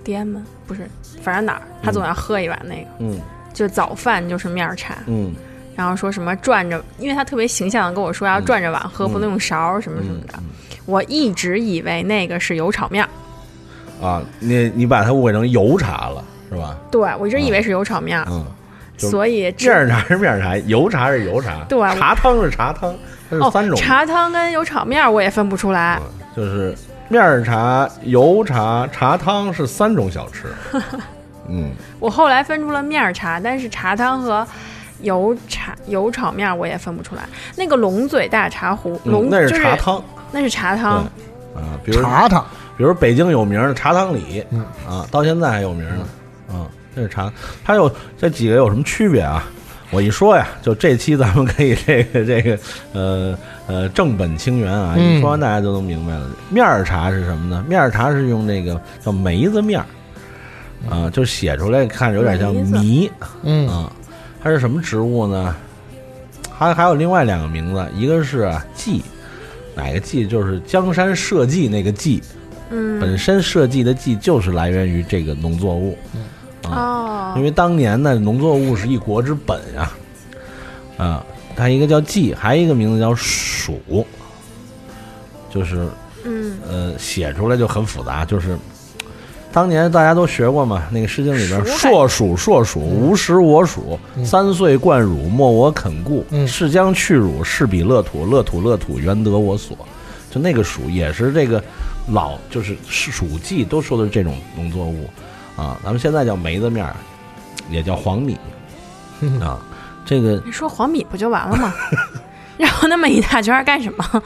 Speaker 3: 迪安吗？不是，反正哪儿他总要喝一碗那个，
Speaker 4: 嗯
Speaker 3: 就是早饭就是面儿茶，
Speaker 4: 嗯
Speaker 3: 然后说什么转着，因为他特别形象的跟我说要转着碗喝，
Speaker 4: 嗯
Speaker 3: 不能用勺什么什么的。我一直以为那个是油炒面儿，
Speaker 4: 啊，你你把它误会成油茶了是吧？
Speaker 3: 对我一直以为是油炒面儿，
Speaker 4: 嗯，就
Speaker 3: 所以这
Speaker 4: 面儿茶是面儿茶，油茶是油茶，
Speaker 3: 对啊
Speaker 4: 茶汤是茶汤，它是
Speaker 3: 哦
Speaker 4: 三种，啊
Speaker 3: 茶汤跟油炒面儿我也分不出来。
Speaker 4: 就是面儿茶、油茶、茶汤是三种小 吃。嗯，
Speaker 3: 我后来分出了面儿茶，但是茶汤和油茶油炒面儿我也分不出来。那个龙嘴大茶壶，
Speaker 4: 嗯
Speaker 3: 龙、
Speaker 4: 那
Speaker 3: 就是
Speaker 4: 茶，汤，
Speaker 3: 那是茶汤。
Speaker 4: 对啊，比如
Speaker 1: 查查，
Speaker 4: 比如北京有名的茶汤里，
Speaker 1: 嗯
Speaker 4: 啊，到现在还有名呢，啊，这是茶，它有这几个有什么区别啊？我一说呀，就这期咱们可以这个这个呃呃正本清源啊，
Speaker 1: 嗯
Speaker 4: 一说完大家就都明白了。面儿茶是什么呢？面儿茶是用那个叫梅子面儿，啊，就写出来看着有点像
Speaker 3: 梅子
Speaker 4: 糜
Speaker 1: 嗯，
Speaker 4: 啊。它是什么植物呢？还还有另外两个名字，一个是啊蓟，哪个蓟？就是江山社稷那个蓟，
Speaker 3: 嗯，
Speaker 4: 本身设计的计就是来源于这个农作物，
Speaker 3: 哦
Speaker 4: 啊因，为当年呢，农作物是一国之本呀、啊，它一个叫稷，还有一个名字叫黍，就是
Speaker 3: 嗯，
Speaker 4: 呃，写出来就很复杂，就是当年大家都学过嘛，那个《诗经》里边“
Speaker 3: 黍
Speaker 4: 硕黍，硕黍，无食我黍。三岁贯乳，莫我肯顾。
Speaker 1: 嗯
Speaker 4: 是将去乳，是彼乐土。乐土，乐土，原得我所。”就那个黍也是这个老，就是黍稷都说的是这种农作物啊。咱们现在叫梅子面儿，也叫黄米
Speaker 1: 嗯
Speaker 4: 啊。这个
Speaker 3: 你说黄米不就完了吗？ 绕那么一大圈儿干什么？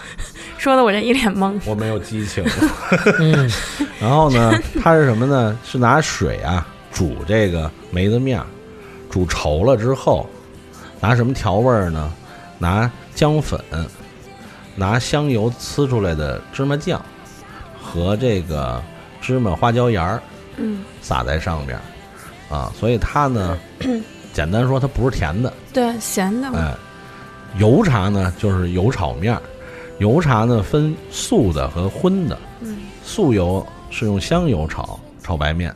Speaker 3: 说的我这一脸懵。
Speaker 4: 我没有激情。
Speaker 1: 嗯，
Speaker 4: 然后呢，它是什么呢？是拿水啊煮这个梅子面儿，煮稠了之后，拿什么调味儿呢？拿姜粉，拿香油呲出来的芝麻酱和这个芝麻花椒盐儿
Speaker 3: 嗯，
Speaker 4: 撒在上面儿，啊，所以它呢，简单说它不是甜的，
Speaker 3: 对，咸的嘛。
Speaker 4: 哎，油茶呢就是油炒面儿，油茶呢分素的和荤的。
Speaker 3: 嗯
Speaker 4: 素油是用香油炒炒白面，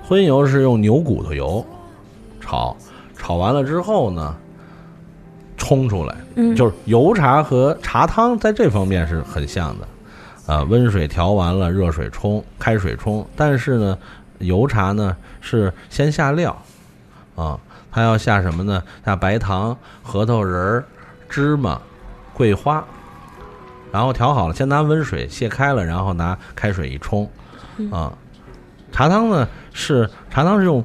Speaker 4: 荤油是用牛骨头油炒，炒完了之后呢，冲出来，
Speaker 3: 嗯，
Speaker 4: 就是油茶和茶汤在这方面是很像的，啊，温水调完了，热水冲，开水冲。但是呢，油茶呢是先下料，啊，它要下什么呢？下白糖、核桃仁儿、芝麻、桂花，然后调好了，先拿温水泄开了，然后拿开水一冲，啊，茶汤呢是茶汤是用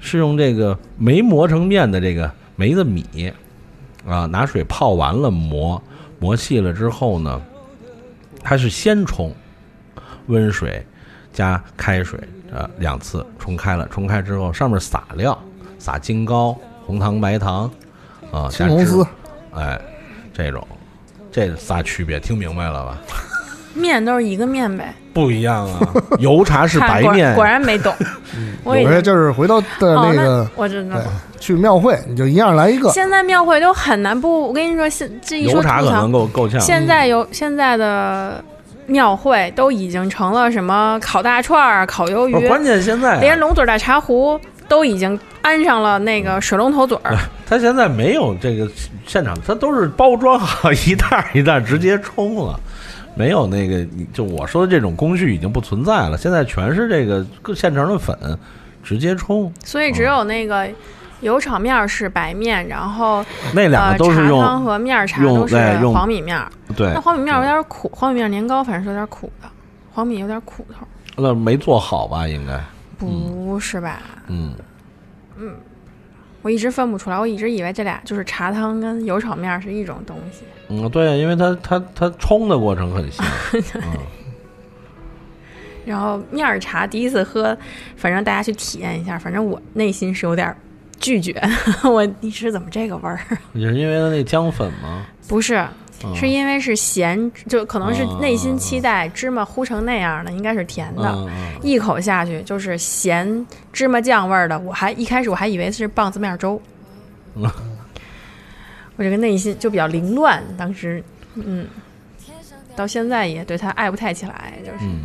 Speaker 4: 是用这个没磨成面的这个梅子米，啊，拿水泡完了磨，磨细了之后呢，它是先冲温水加开水，呃，两次冲开了，冲开之后上面撒料，撒金糕、红糖、白糖，啊，
Speaker 1: 青
Speaker 4: 加
Speaker 1: 红
Speaker 4: 芝
Speaker 1: 丝，
Speaker 4: 哎，这种，这仨区别听明白了吧？
Speaker 3: 面都是一个面呗。
Speaker 4: 不一样啊，油茶是
Speaker 3: 看
Speaker 4: 白
Speaker 3: 果
Speaker 4: 面
Speaker 3: 然，
Speaker 4: 嗯
Speaker 3: 果然没懂。我以
Speaker 1: 有
Speaker 3: 为
Speaker 1: 些就是回头的
Speaker 3: 哦，
Speaker 1: 那个哎
Speaker 3: 那我知道
Speaker 1: 对
Speaker 3: 了。
Speaker 1: 去庙会，你就一样来一个，
Speaker 3: 现在庙会都很难不，我跟你说，现这一
Speaker 4: 油
Speaker 3: 说吐
Speaker 4: 茶可
Speaker 3: 槽
Speaker 4: 能，够嗯够呛。
Speaker 3: 现在有现在的庙会都已经成了什么烤大串儿、烤鱿
Speaker 4: 不是
Speaker 3: 鱼，
Speaker 4: 哦关键现在
Speaker 3: 连
Speaker 4: 啊、
Speaker 3: 龙嘴大茶壶都已经安上了那个水龙头嘴 儿。
Speaker 4: 它现在没有这个现场，它都是包装好 一袋儿一袋儿直接冲了。没有那个，你就我说的这种工序已经不存在了，现在全是这个各现成的粉直接冲，
Speaker 3: 所以只有
Speaker 4: 嗯
Speaker 3: 那个油炒面儿是白面，然后
Speaker 4: 那两
Speaker 3: 呃
Speaker 4: 个都是
Speaker 3: 茶
Speaker 4: 用、
Speaker 3: 汤和面儿茶
Speaker 4: 用
Speaker 3: 都是
Speaker 4: 对用哎
Speaker 3: 黄米面儿。
Speaker 4: 对
Speaker 3: 那，黄米面儿有点苦，黄米面儿年糕反正是有点苦的，黄米有点苦头，
Speaker 4: 嗯那没做好吧？应该，
Speaker 3: 不是吧？
Speaker 4: 嗯，
Speaker 3: 我一直分不出来，我一直以为这俩就是茶汤跟油炒面是一种东西。
Speaker 4: 嗯，对，因为它它它冲的过程很 像，嗯，
Speaker 3: 然后面儿茶第一次喝，反正大家去体验一下，反正我内心是有点拒绝， 我一吃怎么这个味儿？
Speaker 4: 也是因为它那姜粉嘛，
Speaker 3: 不是，
Speaker 1: 啊
Speaker 4: 嗯、
Speaker 3: 是因为是咸，就可能是
Speaker 4: 嗯
Speaker 3: 内心期待芝麻糊成那样的，应该是甜的。
Speaker 1: 啊
Speaker 4: 嗯嗯
Speaker 3: 一口下去就是咸芝麻酱味儿的，我还一开始我还以为是棒子 面粥，
Speaker 4: 嗯
Speaker 3: 我这个内心就比较凌乱，当时，嗯，到现在也对它爱不太起来，就是，
Speaker 4: 嗯，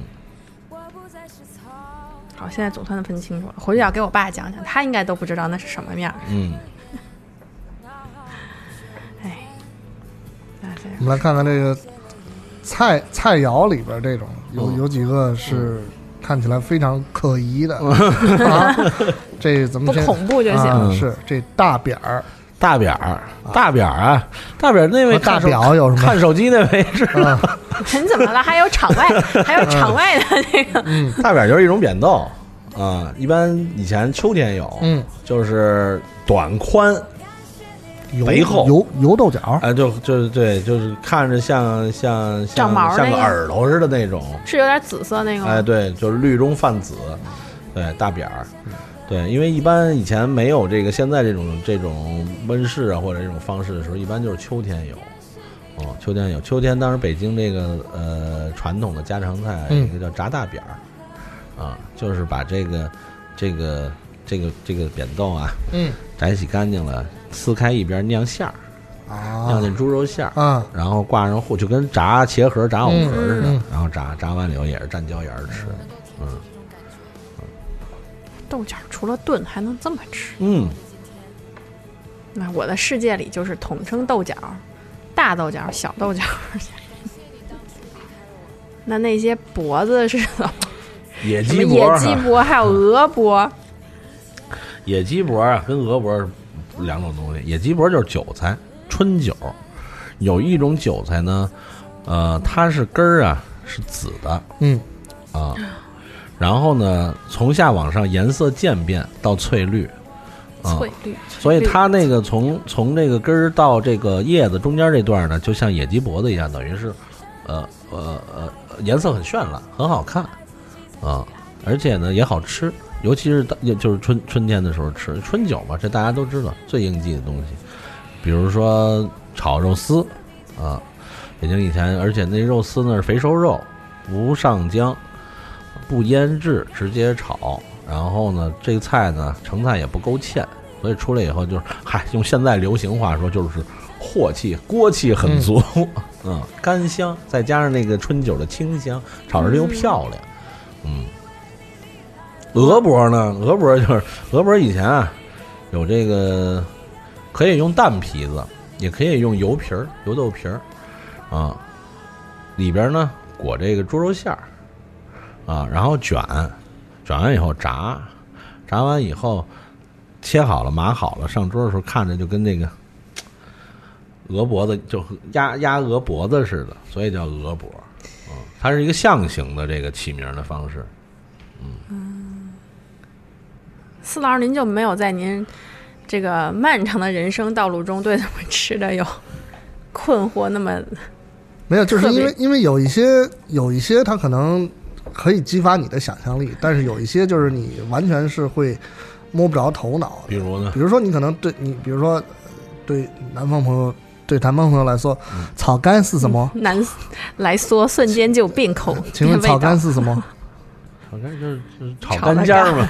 Speaker 3: 好，现在总算分清楚了，回去要给我爸讲讲，他应该都不知道那是什么面儿，
Speaker 4: 嗯，
Speaker 3: 哎，那哎这样
Speaker 1: 我们来看看这个菜菜肴里边这种有有几个是看起来非常可疑的啊，这咱
Speaker 3: 不
Speaker 1: 们先
Speaker 3: 恐怖就行。
Speaker 1: 啊是这大扁儿
Speaker 4: 大扁儿，大扁儿啊，大扁儿那位
Speaker 1: 和大
Speaker 4: 看手
Speaker 1: 表有什么
Speaker 4: 看手机那位是
Speaker 1: 啊？
Speaker 3: 你怎么了？还有场外，还有场外的那
Speaker 1: 啊
Speaker 3: 个，
Speaker 4: 大扁就是一种扁豆啊，一般以前秋天有，
Speaker 1: 嗯，
Speaker 4: 就是短宽，
Speaker 3: 哦
Speaker 1: 油
Speaker 4: 肥厚
Speaker 1: 油油豆角
Speaker 4: 啊，就就是对，就是看着像像
Speaker 3: 长毛
Speaker 4: 像像
Speaker 3: 那个
Speaker 4: 个耳朵似的那种，
Speaker 3: 是有点紫色那个
Speaker 1: 啊
Speaker 4: 哎，
Speaker 3: 吗？
Speaker 4: 对，就是绿中泛紫，对，大扁儿，对，因为一般以前没有这个现在这种这种温室啊或者这种方式的时候，一般就是秋天有。哦，秋天有，秋天当时北京这个呃传统的家常菜有
Speaker 1: 嗯
Speaker 4: 一个叫炸大扁儿，啊，就是把这个这个这个这个扁豆啊
Speaker 1: 嗯
Speaker 4: 摘洗干净了，撕开一边儿酿馅儿，酿
Speaker 1: 啊
Speaker 4: 进猪肉馅儿，
Speaker 1: 啊
Speaker 4: 然后挂上糊，就跟炸茄盒、炸藕盒似的，
Speaker 1: 嗯嗯
Speaker 4: 然后炸炸完了以后也是蘸椒盐儿吃。嗯
Speaker 3: 豆角除了炖还能这么吃？
Speaker 4: 嗯，
Speaker 3: 那我的世界里就是统称豆角，大豆角、小豆角。 那那些脖子是什么？
Speaker 4: 野
Speaker 3: 什
Speaker 4: 鸡
Speaker 3: 么
Speaker 4: 脖
Speaker 3: 野
Speaker 4: 儿
Speaker 3: 鸡
Speaker 4: 哈，嗯
Speaker 3: 脖，还有鹅脖。
Speaker 4: 野鸡脖啊，跟鹅脖是两种东西。野鸡脖就是韭菜，春韭。有一种韭菜呢，呃，它是根儿啊是紫的
Speaker 1: 嗯
Speaker 4: 啊，然后呢从下往上颜色渐变到翠绿，啊、
Speaker 3: 翠绿，
Speaker 4: 所以它那个从从这个根儿到这个叶子中间这段呢，就像野鸡脖子一样，等于是，呃呃呃，颜色很绚烂，很好看，啊，而且呢也好吃，尤其是到也就是春春天的时候吃春酒嘛，这大家都知道最应季的东西，比如说炒肉丝，啊，北京以前，而且那肉丝呢是肥瘦肉，不上浆，不腌制，直接炒。然后呢，这个菜呢，成菜也不勾芡，所以出来以后就是，嗨，用现在流行话说就是镬气、锅气很足，嗯干香，再加上那个春酒的清香，炒着又漂亮，嗯。鹅脖呢？鹅脖就是鹅脖，以前啊有这个可以用蛋皮子，也可以用油皮儿、油豆皮儿，啊，里边呢裹这个猪肉馅儿，啊，然后卷，卷完以后炸，炸完以后切好了码好了，上桌的时候看着就跟那个鹅脖子就和鸭鸭鹅脖子似的，所以叫鹅脖。嗯，它是一个象形的这个起名的方式。
Speaker 3: 四老师，您就没有在您这个漫长的人生道路中对咱们吃的有困惑？那么
Speaker 1: 没有，就是
Speaker 3: 特别
Speaker 1: 因为因为有一些有一些它可能可以激发你的想象力，但是有一些就是你完全是会摸不着头脑的
Speaker 4: 比。如呢，
Speaker 1: 比如说你可能对你，比如说呃对南方朋友。对南方朋友来说，
Speaker 4: 嗯
Speaker 1: 草干是什么？
Speaker 3: 难来说，瞬间就变口。
Speaker 1: 请问
Speaker 3: 嗯那味
Speaker 1: 草干
Speaker 3: 道
Speaker 1: 是什 么？
Speaker 4: 炒干就是就是炒
Speaker 3: 炒
Speaker 4: 干
Speaker 3: 干
Speaker 4: 尖儿嘛。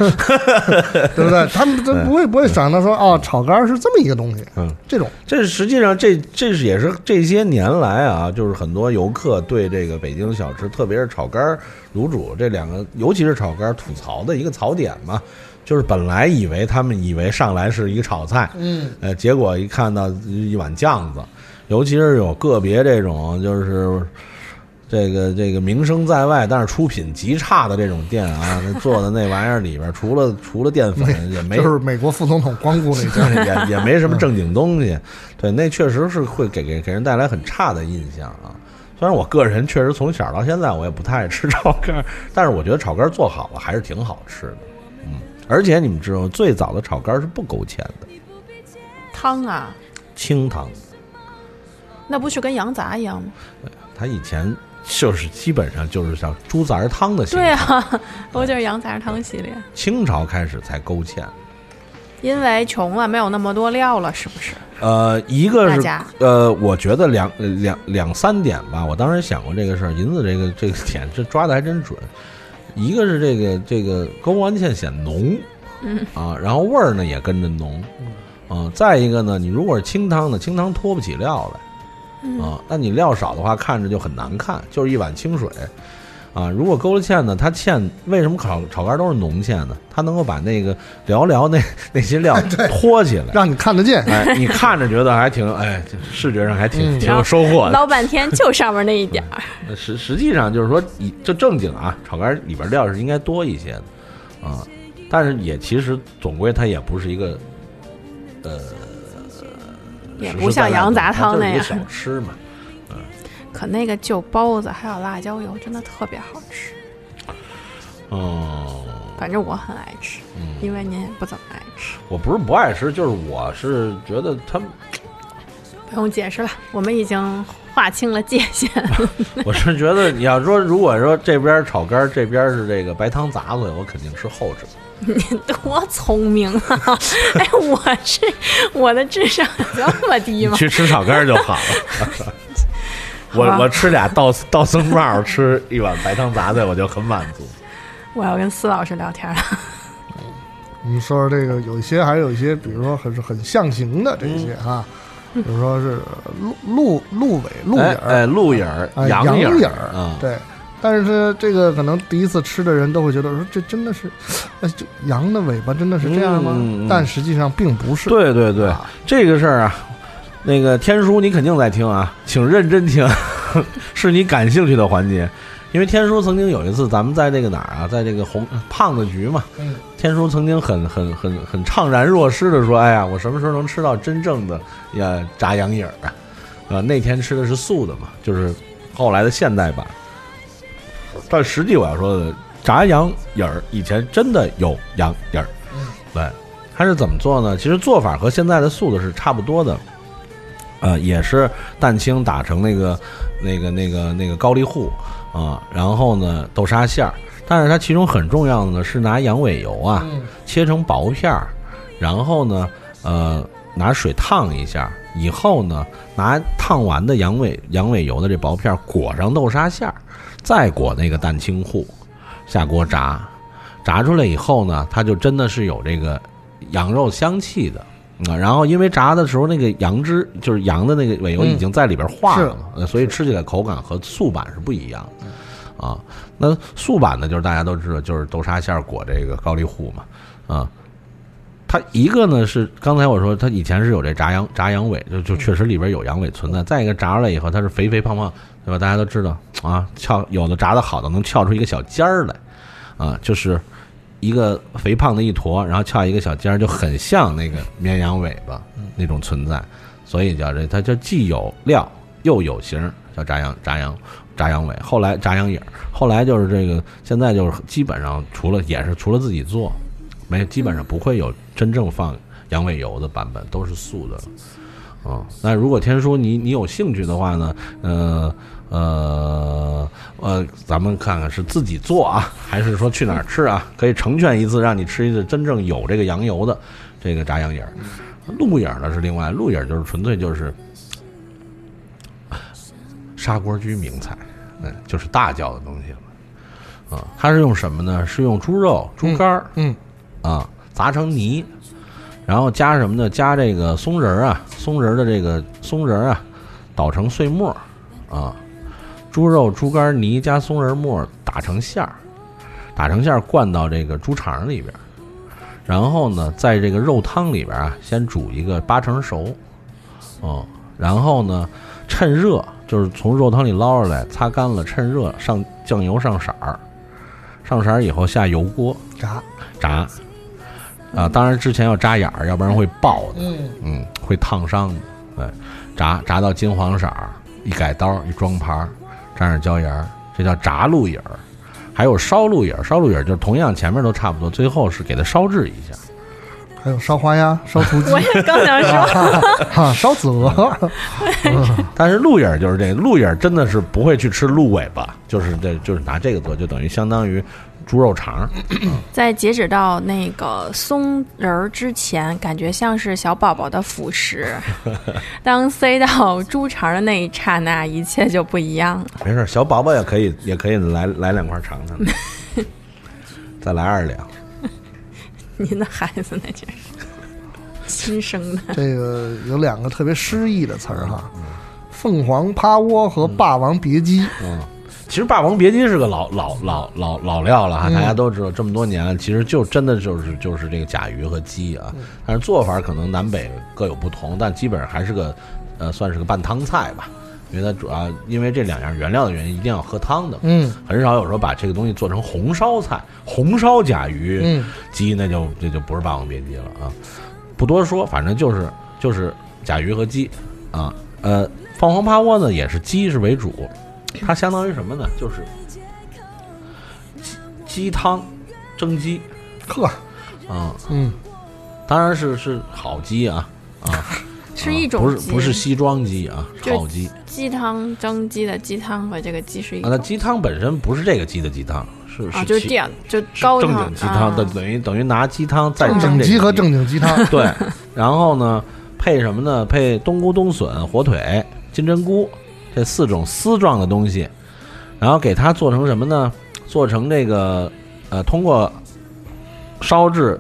Speaker 1: 对不对？他们都不会不会想到说，哦，炒肝是这么一个东西。
Speaker 4: 嗯，
Speaker 1: 这种
Speaker 4: 这实际上这这是也是这些年来啊，就是很多游客对这个北京小吃，特别是炒肝儿、卤煮这两个，尤其是炒肝儿吐槽的一个槽点嘛。就是本来以为他们以为上来是一个炒菜，
Speaker 1: 嗯，
Speaker 4: 呃，结果一看到一碗酱子，尤其是有个别这种就是这个这个名声在外，但是出品极差的这种店啊，那做的那玩意儿里边儿，除了除了淀粉也没
Speaker 1: 就是美国副总统光顾那 家。
Speaker 4: 也也没什么正经东西，对，那确实是会给给给人带来很差的印象啊。虽然我个人确实从小到现在我也不太爱吃炒肝儿， 但是我觉得炒肝儿做好了还是挺好吃的，嗯。而且你们知道，最早的炒肝儿是不勾芡的，
Speaker 3: 汤啊？
Speaker 4: 清汤。
Speaker 3: 那不是跟羊杂一样吗？
Speaker 4: 他以前就是基本上就是像猪杂儿汤的形
Speaker 3: 对
Speaker 4: 式，
Speaker 3: 啊，我就是羊杂汤系列，
Speaker 4: 清朝开始才勾芡。
Speaker 3: 因为穷了，没有那么多料了，是不是？
Speaker 4: 呃，一个
Speaker 3: 大
Speaker 4: 是
Speaker 3: 家
Speaker 4: 呃，我觉得两呃两两三点吧。我当时想过这个事儿，银子这个这个点这抓的还真准。一个是这个这个勾完芡显浓，嗯啊，然后味儿呢也跟着浓，啊，再一个呢，你如果是清汤呢，清汤脱不起料来，啊，那你料少的话，看着就很难看，就是一碗清水。啊，如果勾了芡呢，它芡为什么炒炒肝都是浓芡呢？它能够把那个寥寥那那些料脱起来，
Speaker 1: 让你看得见。
Speaker 4: 哎，你看着觉得还挺，哎，这视觉上还挺、
Speaker 1: 嗯
Speaker 4: 挺有收获的。
Speaker 3: 捞半天就上面那一点儿，
Speaker 4: 实实际上就是说，以就正经啊，炒肝里边料是应该多一些的啊，但是也其实总归它也不是一个呃
Speaker 3: 也
Speaker 4: 实
Speaker 3: 不
Speaker 4: 实
Speaker 3: 像
Speaker 4: 在在的
Speaker 3: 羊杂
Speaker 4: 它
Speaker 3: 汤
Speaker 4: 就是
Speaker 3: 那
Speaker 4: 一个
Speaker 3: 样。
Speaker 4: 小吃嘛。
Speaker 3: 可那个就包子还有辣椒油真的特别好吃，
Speaker 4: 嗯，
Speaker 3: 反正我很爱吃，因为您也不怎么爱吃。
Speaker 4: 我不是不爱吃，就是我是觉得它，
Speaker 3: 不用解释了，我们已经划清了界限。
Speaker 4: 我是觉得你要说，如果说这边炒肝，这边是这个白汤杂烩，我肯定吃后者。
Speaker 3: 多聪明啊！哎，我是我的智商有这么低吗？
Speaker 6: 去吃炒肝就 好了。我
Speaker 3: 好吧
Speaker 6: 我吃俩道道僧帽，吃一碗白汤杂烩，我就很满足。
Speaker 3: 我要跟司老师聊天了。
Speaker 1: 你说说这个，有一些还有一些，比如说很很象形的这一
Speaker 4: 嗯
Speaker 1: 些哈，比如说是呃鹿鹿鹿尾鹿
Speaker 4: 哎
Speaker 1: 眼儿，
Speaker 4: 哎，鹿眼儿、
Speaker 1: 哎
Speaker 4: 羊
Speaker 1: 羊
Speaker 4: 眼
Speaker 1: 眼
Speaker 4: 儿
Speaker 1: 儿
Speaker 4: 啊，
Speaker 1: 对。但是这这个可能第一次吃的人都会觉得说这真的是，哎，这羊的尾巴真的是这样吗？
Speaker 4: 嗯嗯嗯
Speaker 1: 但实际上并不 是。
Speaker 4: 对对对，
Speaker 1: 啊
Speaker 4: 这个事儿啊，那个天叔你肯定在听啊，请认真听， 是你感兴趣的环节。因为天叔曾经有一次，咱们在这个哪儿啊，在这个红胖子局嘛，
Speaker 1: 嗯
Speaker 4: 天叔曾经很很很很怅然若失的说：“哎呀，我什么时候能吃到真正的呀炸羊眼儿啊？”啊，那天吃的是素的嘛，就是后来的现代版。但实际我要说的，炸羊眼儿以前真的有羊眼儿，对，它是怎么做呢？其实做法和现在的素的是差不多的，呃，也是蛋清打成那个、那个、那个、那个高丽户啊、然后呢豆沙馅儿，但是它其中很重要的呢是拿羊尾油啊、切成薄片儿，然后呢，呃，拿水烫一下，以后呢，拿烫完的羊尾羊尾油的这薄片儿裹上豆沙馅儿，再裹那个蛋清糊，下锅炸，炸出来以后呢，它就真的是有这个羊肉香气的。啊，然后因为炸的时候那个羊汁就是羊的那个尾油已经在里边化了嘛，呃所以吃起来口感和素版是不一样的。啊，那素版呢，就是大家都知道，就是豆沙馅儿裹这个高丽户嘛，啊，它一个呢是刚才我说它以前是有这炸羊炸羊尾，就就确实里边有羊尾存在。再一个炸出来以后，它是肥肥胖胖，对吧？大家都知道啊，翘有的炸的好的能翘出一个小尖儿来，啊，就是一个肥胖的一坨，然后翘一个小尖儿，就很像那个绵羊尾巴那种存在。所以叫这，它就既有料又有形儿，叫炸羊炸羊炸羊尾。后来炸羊眼儿，后来就是这个，现在就是基本上除了也是除了自己做，没基本上不会有真正放羊尾油的版本，都是素的。嗯，那如果天叔你你有兴趣的话呢，呃呃呃，咱们看看是自己做啊，还是说去哪儿吃啊？可以成全一次，让你吃一次真正有这个羊油的这个炸羊眼儿。鹿眼儿呢是另外，鹿眼儿就是纯粹就是砂锅居名菜，嗯，就是大叫的东西了。啊、它是用什么呢？是用猪肉、猪肝儿、
Speaker 1: 嗯，
Speaker 4: 啊，砸成泥，然后加什么呢？加这个松仁儿啊，松仁儿的这个松仁儿啊，捣成碎末儿啊，猪肉、猪肝泥加松仁末儿打成馅儿，打成馅儿灌到这个猪肠里边儿，然后呢，在这个肉汤里边儿啊，先煮一个八成熟，哦、然后呢，趁热就是从肉汤里捞出来，擦干了，趁热上酱油上色儿，上色儿以后下油锅，
Speaker 1: 炸
Speaker 4: 炸。啊，当然之前要扎眼儿，要不然会爆的，嗯会烫伤的。对，炸炸到金黄色儿，一改刀，一装盘儿，沾上椒盐儿，这叫炸鹿眼儿。还有烧鹿眼儿，烧鹿眼儿就是同样前面都差不多，最后是给它烧制一下，
Speaker 1: 还有烧花鸭、烧雏鸡
Speaker 3: 我也刚想说，
Speaker 1: 啊、烧子鹅。
Speaker 4: 但是鹿眼儿就是这个，鹿眼儿真的是不会去吃鹿尾巴，就是这就是拿这个做，就等于相当于猪肉肠儿。
Speaker 5: 在截止到那个松仁儿之前，感觉像是小宝宝的辅 食。当塞到猪肠的那一刹那，一切就不一样了。
Speaker 4: 没事儿，小宝宝也可以，也可以来来两块尝尝，再来二两。
Speaker 5: 您的孩子那真是亲生的。
Speaker 4: 啊
Speaker 1: 这个有两个特别诗意的词儿哈，凤凰趴窝和霸王别姬。
Speaker 4: 其实《霸王别姬》是个老老老老老料了哈，大家都知道，这么多年了，其实就真的就是就是这个甲鱼和鸡啊，但是做法可能南北各有不同，但基本上还是个呃算是个拌汤菜吧，因为它主要因为这两样原料的原因，一定要喝汤的，
Speaker 1: 嗯，
Speaker 4: 很少有时候把这个东西做成红烧菜，红烧甲鱼、
Speaker 1: 嗯
Speaker 4: 鸡那就这就不是《霸王别姬》了啊，不多说，反正就是就是甲鱼和鸡啊，呃，放黄趴窝呢也是鸡是为主，它相当于什么呢？就是鸡鸡汤蒸鸡
Speaker 1: 嗯呵，
Speaker 4: 啊、
Speaker 1: 嗯，
Speaker 4: 当然是是好鸡啊啊，
Speaker 5: 是一种
Speaker 4: 不是
Speaker 5: 鸡
Speaker 4: 不是西装鸡啊，是
Speaker 5: 就
Speaker 4: 好鸡啊。
Speaker 5: 鸡汤蒸鸡的鸡汤和这个鸡是一
Speaker 4: 那
Speaker 5: 种
Speaker 4: 鸡汤本身不是这个鸡的鸡汤，是
Speaker 5: 啊，
Speaker 4: 是
Speaker 5: 就是
Speaker 4: 其
Speaker 5: 这样，就是高
Speaker 4: 正
Speaker 5: 汤
Speaker 4: 经鸡汤，等
Speaker 5: 啊
Speaker 4: 等于等于拿鸡汤再蒸
Speaker 1: 整
Speaker 4: 这
Speaker 1: 鸡
Speaker 4: 个
Speaker 1: 和
Speaker 4: 鸡
Speaker 1: 正经鸡汤。
Speaker 4: 对，然后呢，配什么呢？配冬菇、冬笋、火腿、金针菇这四种丝状的东西，然后给它做成什么呢？做成这个呃，通过烧制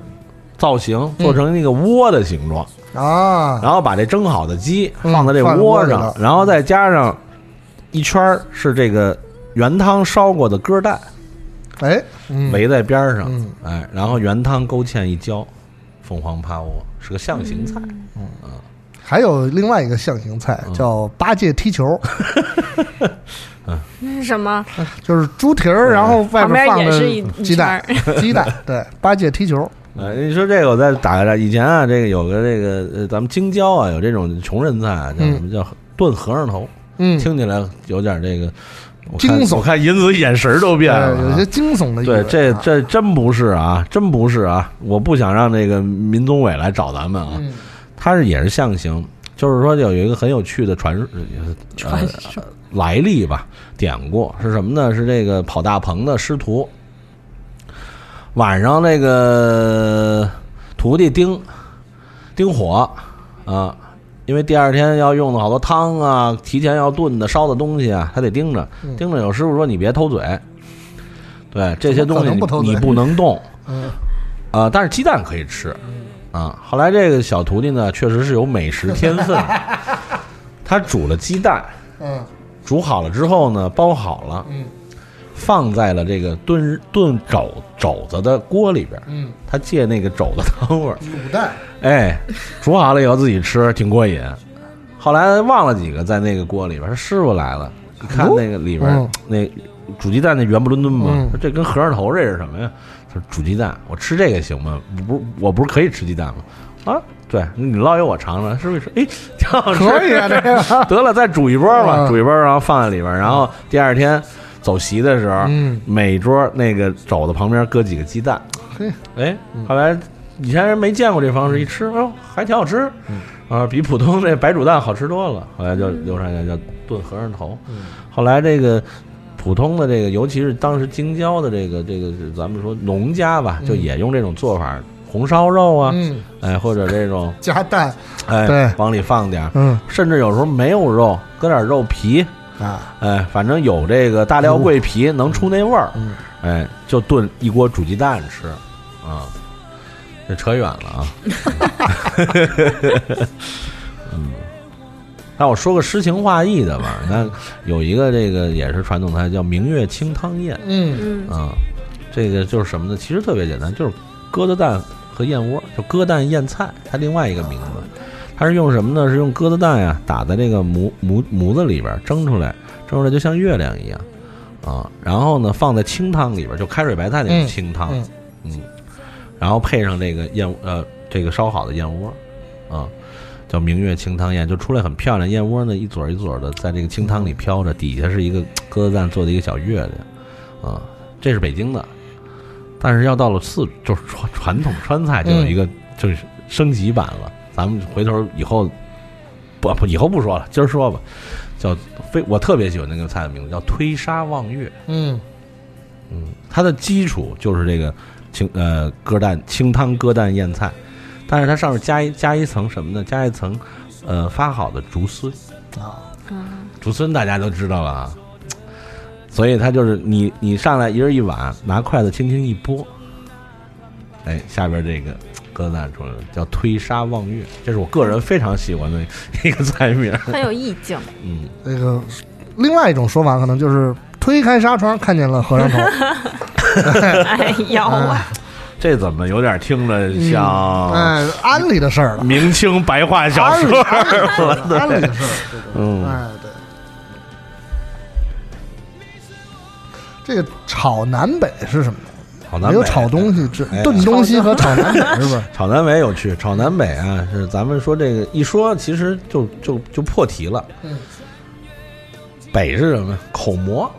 Speaker 4: 造型做成那个窝的形状，
Speaker 1: 嗯啊，
Speaker 4: 然后把这蒸好的鸡
Speaker 1: 嗯
Speaker 4: 放在这
Speaker 1: 放在窝
Speaker 4: 窝
Speaker 1: 里
Speaker 4: 上，
Speaker 1: 了
Speaker 4: 然后再加上一圈儿是这个原汤烧过的鸽蛋
Speaker 1: 哎，嗯，
Speaker 4: 围在边儿上，
Speaker 1: 嗯
Speaker 4: 哎，然后原汤勾芡一浇，凤凰趴窝是个象形菜。
Speaker 1: 还有另外一个象形菜叫八戒踢球，
Speaker 5: 那是什么？
Speaker 1: 就是猪蹄儿，然后外
Speaker 5: 旁边
Speaker 1: 面放
Speaker 5: 也是一
Speaker 1: 的
Speaker 5: 一
Speaker 1: 鸡
Speaker 5: 圈
Speaker 1: 蛋
Speaker 5: 儿，
Speaker 1: 鸡蛋对，八戒踢球，
Speaker 4: 哎，你说这个我再打个岔。以前啊，这个有个这个呃，咱们京郊啊，有这种穷人菜啊，叫什么叫炖和尚头，
Speaker 1: 嗯，
Speaker 4: 听起来有点这个我看
Speaker 1: 惊悚
Speaker 6: 我看银子眼神儿都变
Speaker 1: 呃
Speaker 6: 了
Speaker 1: 有
Speaker 6: 啊
Speaker 1: 些。惊悚的意味
Speaker 4: 对，
Speaker 1: 啊。
Speaker 4: 这这真不是啊，真不是啊！我不想让这个民宗委来找咱们啊，
Speaker 1: 嗯
Speaker 4: 他是也是象形，就是说有一个很有趣的传传来历吧，典故是什么呢？是这个跑大棚的师徒，晚上那个徒弟盯盯火啊，因为第二天要用的好多汤啊，提前要炖的、烧的东西啊，他得盯着
Speaker 1: 嗯
Speaker 4: 盯着。有师傅说你别偷嘴，对这些
Speaker 1: 怎么可
Speaker 4: 东西
Speaker 1: 能不偷
Speaker 4: 你
Speaker 1: 嘴
Speaker 4: 你不能动。
Speaker 1: 嗯
Speaker 4: 啊，但是鸡蛋可以吃啊。后来这个小徒弟呢，确实是有美食天 分，他煮了鸡蛋，
Speaker 1: 嗯
Speaker 4: 煮好了之后呢，包好了，
Speaker 1: 嗯
Speaker 4: 放在了这个炖炖肘肘子的锅里边儿。
Speaker 1: 嗯，
Speaker 4: 他借那个肘子汤味儿，
Speaker 1: 卤蛋，
Speaker 4: 哎，煮好了以后自己吃，挺过瘾。后来忘了几个在那个锅里边儿，师傅来了，一看那个里边儿、
Speaker 1: 嗯
Speaker 4: 那煮鸡蛋那圆不伦敦嘛，
Speaker 1: 嗯
Speaker 4: 说这跟和尚头这是什么呀？他说煮鸡蛋，我吃这个行吗？不是，我不是可以吃鸡蛋吗？啊，对你捞一我尝尝，师傅一说，哎，挺好吃，
Speaker 1: 可以啊，这个，
Speaker 4: 得了，再煮一波吧，
Speaker 1: 嗯
Speaker 4: 煮一波，然后放在里边儿，然后第二天走席的时候，
Speaker 1: 嗯
Speaker 4: 每桌那个肘子旁边搁几个鸡蛋，
Speaker 1: 嘿，嗯
Speaker 4: 哎，后来以前人没见过这方式，一吃，哦，还挺好吃，
Speaker 1: 嗯
Speaker 4: 啊，比普通这白煮蛋好吃多了。后来就流传下来叫炖和尚头。
Speaker 1: 嗯
Speaker 4: 后来这个普通的这个，尤其是当时京郊的这个这个，咱们说农家吧，就也用这种做法，红烧肉 啊，
Speaker 1: 嗯，
Speaker 4: 哎，或者这 种
Speaker 1: 加蛋，对
Speaker 4: 哎，往里放点儿，
Speaker 1: 嗯
Speaker 4: 甚至有时候没有肉，搁点肉皮，
Speaker 1: 啊，
Speaker 4: 哎，反正有这个大料桂皮能出那味儿，
Speaker 1: 嗯
Speaker 4: 哎，就炖一锅煮鸡蛋吃，啊，这扯远了啊。嗯，那嗯我说个诗情画意的吧，那有一个这个也是传统菜叫明月清汤宴
Speaker 1: 嗯
Speaker 5: 嗯，
Speaker 4: 啊，这个就是什么呢？其实特别简单，就是鸽子蛋和燕窝，就鸽蛋燕菜，它另外一个名字。它是用什么呢？是用鸽子蛋呀打在这个模模模子里边蒸出来，蒸出来就像月亮一样啊。然后呢，放在清汤里边，就开水白菜那种
Speaker 1: 嗯
Speaker 4: 清汤，
Speaker 1: 嗯
Speaker 4: 嗯然后配上这个燕呃这个烧好的燕窝啊。叫明月清汤燕，就出来很漂亮。燕窝呢，一撮儿一撮儿的在这个清汤里飘着，底下是一个鸽子蛋做的一个小月亮。啊，这是北京的，但是要到了四，就是传传统川菜就有一个，就是升级版了。咱们回头以后不不以后不说了，今儿说吧，叫非我特别喜欢那个菜的名字叫推沙望月。
Speaker 1: 嗯
Speaker 4: 它的基础就是这个清呃鸽蛋清汤鸽蛋燕菜，但是它上面加一加一层什么呢？加一层呃发好的竹荪，
Speaker 1: 啊，
Speaker 4: 竹荪大家都知道了啊，所以它就是你你上来一人一碗，拿筷子轻轻一拨，哎，下边这个鸽蛋出来了，叫推沙望月，这是我个人非常喜欢的一个菜名 儿，
Speaker 5: 很有意 境。
Speaker 4: 嗯，
Speaker 1: 那个另外一种说法可能就是推开纱窗看见了和尚头，
Speaker 5: 哎呦喂，
Speaker 4: 这怎么有点听着像
Speaker 1: 哎，安利的事儿了，
Speaker 4: 明清白话哦小
Speaker 1: 安利
Speaker 4: 说？
Speaker 1: 安利的事儿了，安利的事儿了，这
Speaker 4: 嗯
Speaker 1: 个，哎对。这个炒南北是什么？
Speaker 4: 好难
Speaker 1: 没有
Speaker 4: 为
Speaker 1: 炒东 西，只
Speaker 4: 哎
Speaker 1: 炖东西和炒南北是吧？
Speaker 4: 炒南北有趣，炒南北啊，是咱们说这个一说，其实就就就破题了。
Speaker 1: 嗯
Speaker 4: 北是什么？口蘑，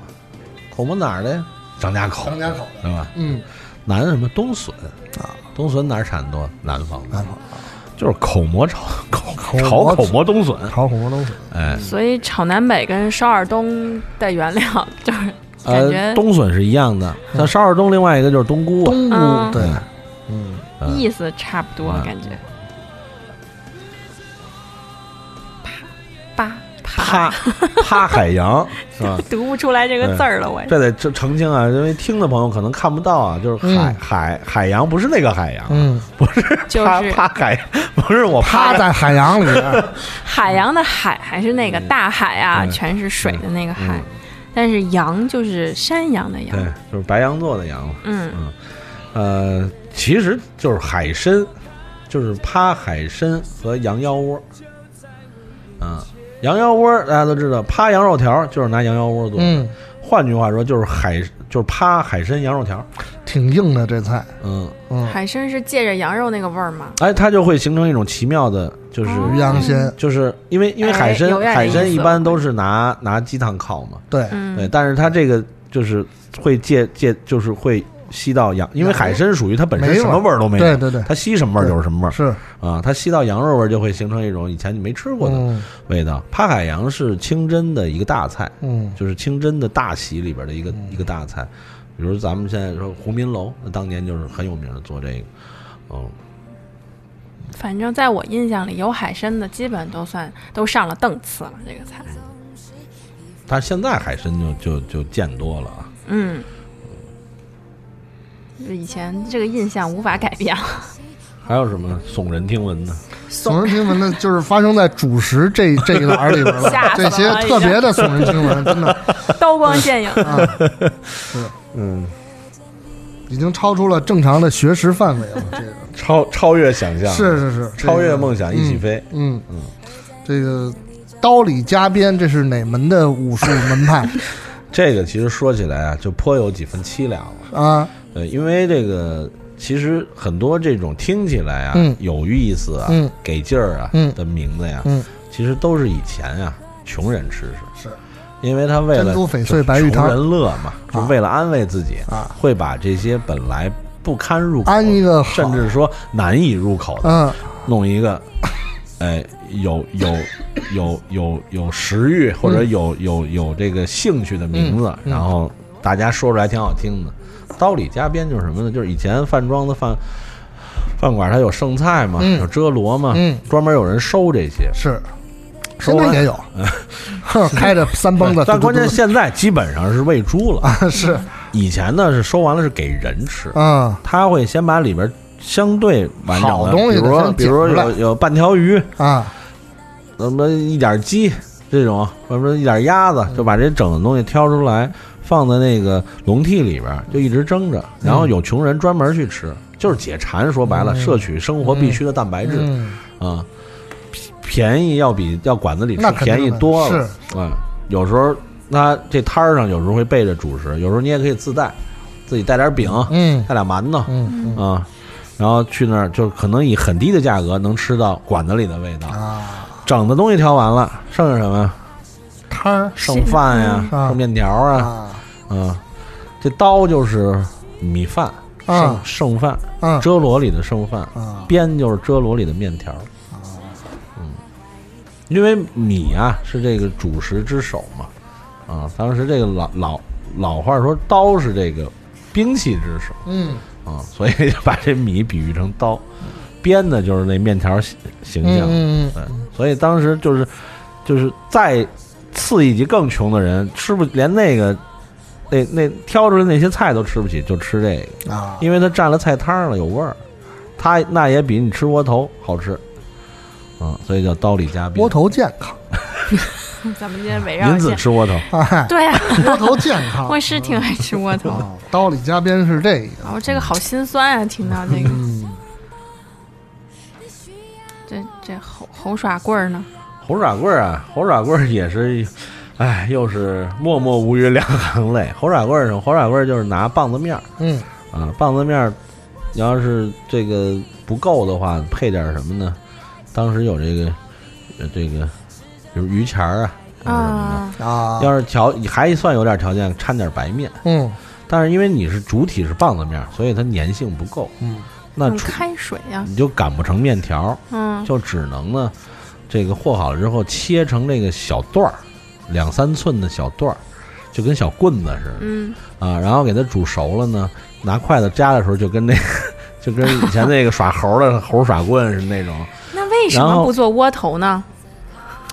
Speaker 4: 口蘑哪儿的呀？张家口，
Speaker 1: 张家口的
Speaker 4: 对吧？
Speaker 1: 嗯，
Speaker 4: 南是什么？冬笋
Speaker 1: 啊，
Speaker 4: 冬笋哪儿产多？南方的，
Speaker 1: 南方
Speaker 4: 就是口蘑炒口
Speaker 1: 口
Speaker 4: 炒口蘑冬笋，
Speaker 1: 炒火锅 东西，
Speaker 4: 哎，
Speaker 5: 所以炒南北跟烧耳东的原料就是感觉
Speaker 4: 呃，冬笋是一样的，像烧耳冬，另外一个就是冬菇
Speaker 1: 嗯
Speaker 4: 啊，
Speaker 1: 冬
Speaker 5: 嗯
Speaker 1: 菇
Speaker 5: 啊
Speaker 1: 对，
Speaker 4: 嗯
Speaker 1: 嗯，
Speaker 4: 嗯
Speaker 5: 意思差不多，
Speaker 4: 嗯
Speaker 5: 感觉。啪啪
Speaker 4: 啪啪海 洋是吧
Speaker 5: 啪，？读不出来这个字儿了，我。
Speaker 4: 这得这澄清啊，因为听的朋友可能看不到啊，就是海、
Speaker 1: 嗯
Speaker 4: 海海洋不是那个海洋，
Speaker 1: 嗯，
Speaker 4: 不是
Speaker 5: 就
Speaker 4: 趴
Speaker 5: 是
Speaker 4: 趴海， 不是我
Speaker 1: 趴
Speaker 4: 趴
Speaker 1: 在海洋里 边儿，
Speaker 5: 海洋的海还是那个大海啊，
Speaker 4: 嗯
Speaker 5: 全是水的那个海
Speaker 4: 嗯，
Speaker 5: 但是洋就是山羊的
Speaker 4: 对
Speaker 5: 羊。，
Speaker 4: 就是白羊座的羊，
Speaker 5: 嗯，
Speaker 4: 呃，其实就是海参，就是趴海参和羊腰窝，嗯、羊腰窝大家都知道，趴羊肉条就是拿羊腰窝做的，
Speaker 1: 嗯，
Speaker 4: 换句话说就是海就是趴海参羊肉条，
Speaker 1: 挺硬的这菜，
Speaker 4: 嗯，
Speaker 1: 嗯，
Speaker 5: 海参是借着羊肉那个味儿吗？
Speaker 4: 哎，它就会形成一种奇妙的，就是。嗯
Speaker 1: 鱼哦羊鲜，
Speaker 4: 就是因为因为
Speaker 5: 哎
Speaker 4: 海参、
Speaker 5: 有点
Speaker 4: 海参
Speaker 5: 意思
Speaker 4: 一般都是拿拿鸡汤烤嘛，
Speaker 1: 对，
Speaker 4: 对，
Speaker 5: 嗯，
Speaker 4: 但是它这个就是会借借，就是会吸到羊，因为海参属于它本身
Speaker 1: 没
Speaker 4: 什么
Speaker 1: 味
Speaker 4: 味儿都没有，
Speaker 1: 对对对，
Speaker 4: 它吸什么味儿就是什么味儿
Speaker 1: 是，
Speaker 4: 啊，它吸到羊肉味儿就会形成一种以前你没吃过的
Speaker 1: 嗯
Speaker 4: 味道。帕海洋是清真的一个大菜，
Speaker 1: 嗯，
Speaker 4: 就是清真的大席里边的一个一个大菜，比如咱们现在说胡民楼，那当年就是很有名的做这个，嗯，
Speaker 5: 反正在我印象里，有海参的基本都算都上了档次了，这个菜。
Speaker 4: 但是现在海参就就就见多了啊。
Speaker 5: 嗯，就是以前这个印象无法改变 了。
Speaker 4: 还有什么耸人听闻的？
Speaker 1: 耸人听闻的就是发生在主食这这一栏里边了
Speaker 5: 吓，死
Speaker 1: 这
Speaker 5: 了
Speaker 1: 些特别的耸人听闻，真的
Speaker 5: 刀光剑影，
Speaker 1: 啊，是，嗯，已经超出了正常的学识范围了，这 个。
Speaker 4: 超超越想象，
Speaker 1: 是是是，
Speaker 4: 超越梦想一起飞。
Speaker 1: 嗯嗯，这个刀里加鞭，这是哪门的武术门 派
Speaker 4: 这个其实说起来啊，就颇有几分凄凉了。
Speaker 1: 啊？
Speaker 4: 呃，因为这个其实很多这种听起来啊、
Speaker 1: 嗯
Speaker 4: 有意思啊、
Speaker 1: 嗯
Speaker 4: 给劲儿啊、
Speaker 1: 嗯
Speaker 4: 的名字呀，
Speaker 1: 嗯
Speaker 4: 其实都是以前啊穷人吃食，
Speaker 1: 是
Speaker 4: 因为他为
Speaker 1: 珍
Speaker 4: 了
Speaker 1: 珠翡翠白玉
Speaker 4: 穷
Speaker 1: 汤
Speaker 4: 人乐嘛，就为了安慰自己，
Speaker 1: 啊，
Speaker 4: 会把这些本来不堪入口，
Speaker 1: 安一个好
Speaker 4: 甚至说难以入口的，
Speaker 1: 嗯
Speaker 4: 弄一个，哎，有有有有有食欲或者有有有这个兴趣的名字，
Speaker 1: 嗯
Speaker 4: 然后大家说出来挺好听的。刀里加鞭就是什么呢？就是以前饭庄的饭饭馆它有剩菜嘛，
Speaker 1: 嗯
Speaker 4: 有遮罗嘛，
Speaker 1: 嗯
Speaker 4: 专门有人收这些。
Speaker 1: 是，
Speaker 4: 说
Speaker 1: 现
Speaker 4: 完
Speaker 1: 在 也有，哼，开着三蹦子，
Speaker 4: 但关键
Speaker 1: 嘟嘟
Speaker 4: 现在基本上是喂猪了，
Speaker 1: 嘟 是
Speaker 4: 以前呢是收完了是给人吃，
Speaker 1: 嗯
Speaker 4: 他会先把里边相对完整
Speaker 1: 好
Speaker 4: 的，
Speaker 1: 东西
Speaker 4: 比如说
Speaker 1: 先
Speaker 4: 比如说
Speaker 1: 捡出来
Speaker 4: 有有半条鱼，
Speaker 1: 啊，
Speaker 4: 什么一点鸡这种，什么一点鸭子，
Speaker 1: 嗯
Speaker 4: 就把这整的东西挑出来，放在那个笼屉里边，就一直蒸着。然后有穷人专门去吃，就是解馋。说白了，
Speaker 1: 嗯嗯
Speaker 4: 摄取生活必须的蛋白质
Speaker 1: 嗯，
Speaker 4: 啊，便便宜要比要馆子里吃
Speaker 1: 那肯定
Speaker 4: 便宜
Speaker 1: 的
Speaker 4: 多了。
Speaker 1: 是
Speaker 4: 嗯，有时候那这摊儿上有时候会备着主食，有时候你也可以自带，自己带点饼，
Speaker 1: 嗯
Speaker 4: 带俩馒头
Speaker 1: 嗯
Speaker 4: 啊。然后去那儿就可能以很低的价格能吃到馆子里的味道，
Speaker 1: 啊，
Speaker 4: 整的东西挑完了，剩下什么呀？
Speaker 1: 摊儿
Speaker 4: 剩饭呀、
Speaker 1: 嗯
Speaker 4: 剩面条啊，
Speaker 1: 啊，
Speaker 4: 嗯，这刀就是米饭，
Speaker 1: 啊
Speaker 4: 剩剩饭，
Speaker 1: 啊
Speaker 4: 遮罗里的剩饭，
Speaker 1: 啊
Speaker 4: 边就是遮罗里的面条。嗯，因为米啊是这个主食之首嘛，啊，当时这个老老老话说刀是这个兵器之首
Speaker 1: 嗯
Speaker 4: 啊，所以就把这米比喻成刀，边呢就是那面条形形
Speaker 1: 嗯
Speaker 4: 象。
Speaker 1: 嗯
Speaker 4: 对，所以当时就是就是再次一级更穷的人，吃不连那个那那挑出来那些菜都吃不起，就吃这
Speaker 1: 嗯
Speaker 4: 个，
Speaker 1: 啊，
Speaker 4: 因为它蘸了菜汤了，有味儿。它那也比你吃窝头好吃，嗯，所以叫刀里加鞭
Speaker 1: 窝。头健康，
Speaker 3: 咱们今天围绕
Speaker 4: 您只
Speaker 3: 见，
Speaker 4: 吃窝头，
Speaker 1: 哎，
Speaker 3: 对啊，
Speaker 1: 窝头健 康
Speaker 3: 我是挺爱吃窝头的。
Speaker 1: 啊，刀里加鞭是这个，
Speaker 3: 哦，这个好心酸啊！听到这个，
Speaker 1: 嗯，
Speaker 3: 这这猴猴耍棍儿呢？
Speaker 4: 猴耍棍儿啊，猴耍棍儿也是，哎，又是默默无语两行泪。猴耍棍儿是什么？猴耍棍儿就是拿棒子面儿，
Speaker 1: 嗯
Speaker 4: 啊，棒子面儿，你要是这个不够的话，配点儿什么呢？当时有这个，呃，这个，比如榆钱儿啊，或者什么
Speaker 3: 啊，
Speaker 1: 啊
Speaker 4: 的。，要是条还算有点条件，掺点白面。
Speaker 1: 嗯
Speaker 4: 但是因为你是主体是棒子面儿，所以它粘性不够，
Speaker 1: 嗯
Speaker 4: 那
Speaker 3: 用
Speaker 4: 出
Speaker 3: 开水呀，
Speaker 4: 你就擀不成面条儿，
Speaker 3: 嗯，
Speaker 4: 就只能呢，这个和好了之后切成这个小段儿，两三寸的小段儿，就跟小棍子似的。
Speaker 3: 嗯，
Speaker 4: 啊，然后给它煮熟了呢，拿筷子夹的时候就跟那个，就跟以前那个耍猴的猴耍棍似的那种，
Speaker 3: 那为什
Speaker 4: 然
Speaker 3: 么
Speaker 4: 后
Speaker 3: 不做窝头呢？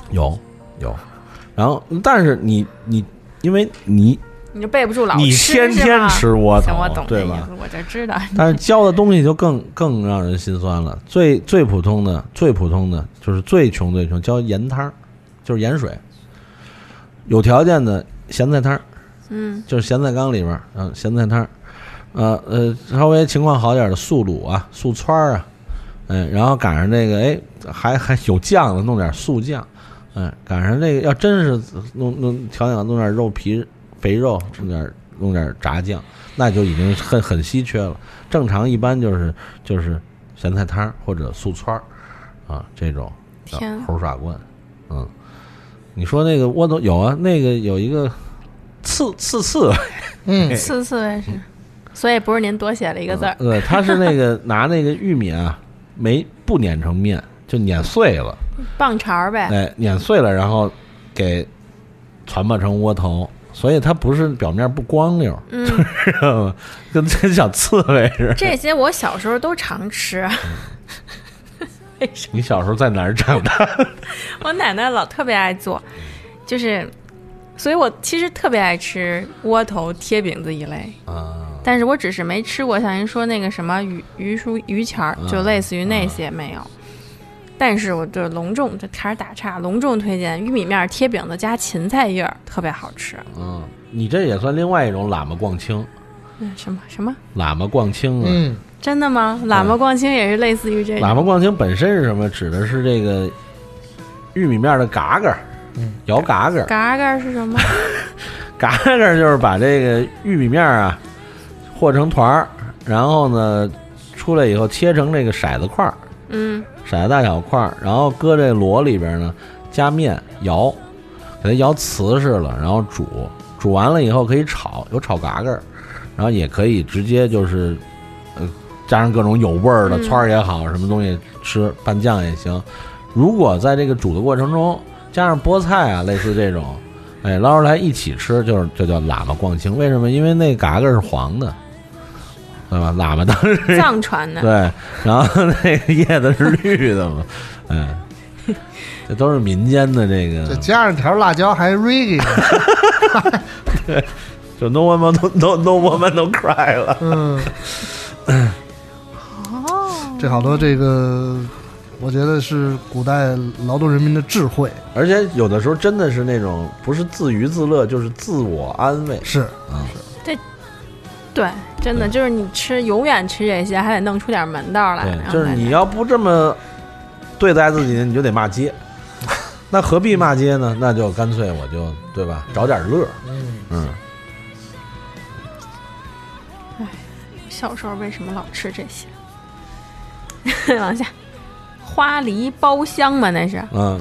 Speaker 4: 有有，然后但是你你因为你
Speaker 3: 你就背不住老
Speaker 4: 你
Speaker 3: 吃
Speaker 4: 天
Speaker 3: 是
Speaker 4: 天
Speaker 3: 吧
Speaker 4: 吃窝头
Speaker 3: 行，我懂这
Speaker 4: 对
Speaker 3: 意
Speaker 4: 吧哎
Speaker 3: 思，？我就知道。
Speaker 4: 但是教的东西就更更让人心酸了，最最普通的最普通的就是最穷最穷，教盐汤儿，就是盐水，有条件的咸菜汤儿。
Speaker 3: 嗯
Speaker 4: 就是咸菜缸里边儿，嗯、咸菜汤儿，呃呃，稍微情况好点儿的素卤啊、素川儿啊，嗯、然后赶上这个，哎，还还有酱的，弄点素酱，嗯、赶上这个要真是弄弄调养弄点肉皮肥肉，弄点弄点炸酱，那就已经很很稀缺了。正常一般就是就是咸菜汤儿或者素川儿啊这种叫
Speaker 3: 天
Speaker 4: 猴耍棍，嗯，你说那个窝头有啊，那个有一个刺刺刺。
Speaker 1: 嗯
Speaker 3: 刺刺猬是，所以不是您多写了一个字儿，
Speaker 4: 对，呃他是 那个拿那个玉米啊，没不碾成面，就碾碎了，
Speaker 3: 棒碴儿呗。
Speaker 4: 哎，碾碎了，然后给传吧成窝头，所以它不是表面不光溜，
Speaker 3: 嗯，
Speaker 4: 知道吗？ 跟跟小刺猬似的。
Speaker 3: 这些我小时候都常吃，
Speaker 4: 你小时候在哪儿长大？
Speaker 3: 我奶奶老特别爱做，就是，所以我其实特别爱吃窝头、贴饼子一类，
Speaker 4: 啊，
Speaker 3: 但是我只是没吃过像您说那个什么鱼鱼酥、鱼钱
Speaker 4: 啊
Speaker 3: 儿，就类似于那些没有。但是我就隆重，这开始打岔，隆重推荐玉米面儿贴饼子加芹菜叶儿，特别好吃。
Speaker 4: 嗯，你这也算另外一种喇嘛逛青，
Speaker 3: 嗯，什么什么？
Speaker 4: 喇嘛逛青啊。
Speaker 1: 嗯
Speaker 3: 真的吗？喇嘛逛青也是类似于这
Speaker 4: 嗯喇
Speaker 3: 种。
Speaker 4: 嘛逛青本身是什么？指的是这个玉米面的嘎嘎儿，摇嘎嘎儿，
Speaker 3: 嘎嘎是 什么？
Speaker 4: 嘎嘎就是把这个玉米面儿啊和成团儿，然后呢出来以后切成这个骰子块儿，
Speaker 3: 嗯，
Speaker 4: 骰子大小块儿，然后搁这箩里边呢加面摇，给它摇瓷实了，然后煮，煮完了以后可以炒，有炒嘎嘎儿，然后也可以直接就是呃加上各种有味儿的
Speaker 3: 嗯
Speaker 4: 汆儿也好，什么东西吃拌酱也行。如果在这个煮的过程中加上菠菜啊，类似这种。哎，捞出来一起吃，就是就叫喇嘛逛青。为什么？因为那嘎嘎儿是黄的，对吧？喇嘛当时
Speaker 3: 藏传的。
Speaker 4: 对，然后那个叶子是绿的嘛，哎，这都是民间的这
Speaker 1: 这
Speaker 4: 个，
Speaker 1: 加上条辣椒还 reggae，呢
Speaker 4: 就 no woman no no no woman no cry 了。
Speaker 1: 嗯，
Speaker 3: 嗯哦，
Speaker 1: 这好多这个，我觉得是古代劳动人民的智慧，
Speaker 4: 而且有的时候真的是那种不是自娱自乐，就是自我安慰
Speaker 1: 是
Speaker 4: 啊。
Speaker 3: 对，真的就是你吃，永远吃这些，还得弄出点门道来。然
Speaker 4: 对，
Speaker 3: 后
Speaker 4: 就是
Speaker 3: 再
Speaker 4: 你
Speaker 3: 来
Speaker 4: 要不这么对待自己，你就得骂街。那何必骂街呢？那就干脆我就对吧，找点乐儿。
Speaker 1: 嗯
Speaker 4: 嗯，
Speaker 3: 小时候为什么老吃这些？ 往下，花梨包香嘛，那是
Speaker 4: 嗯，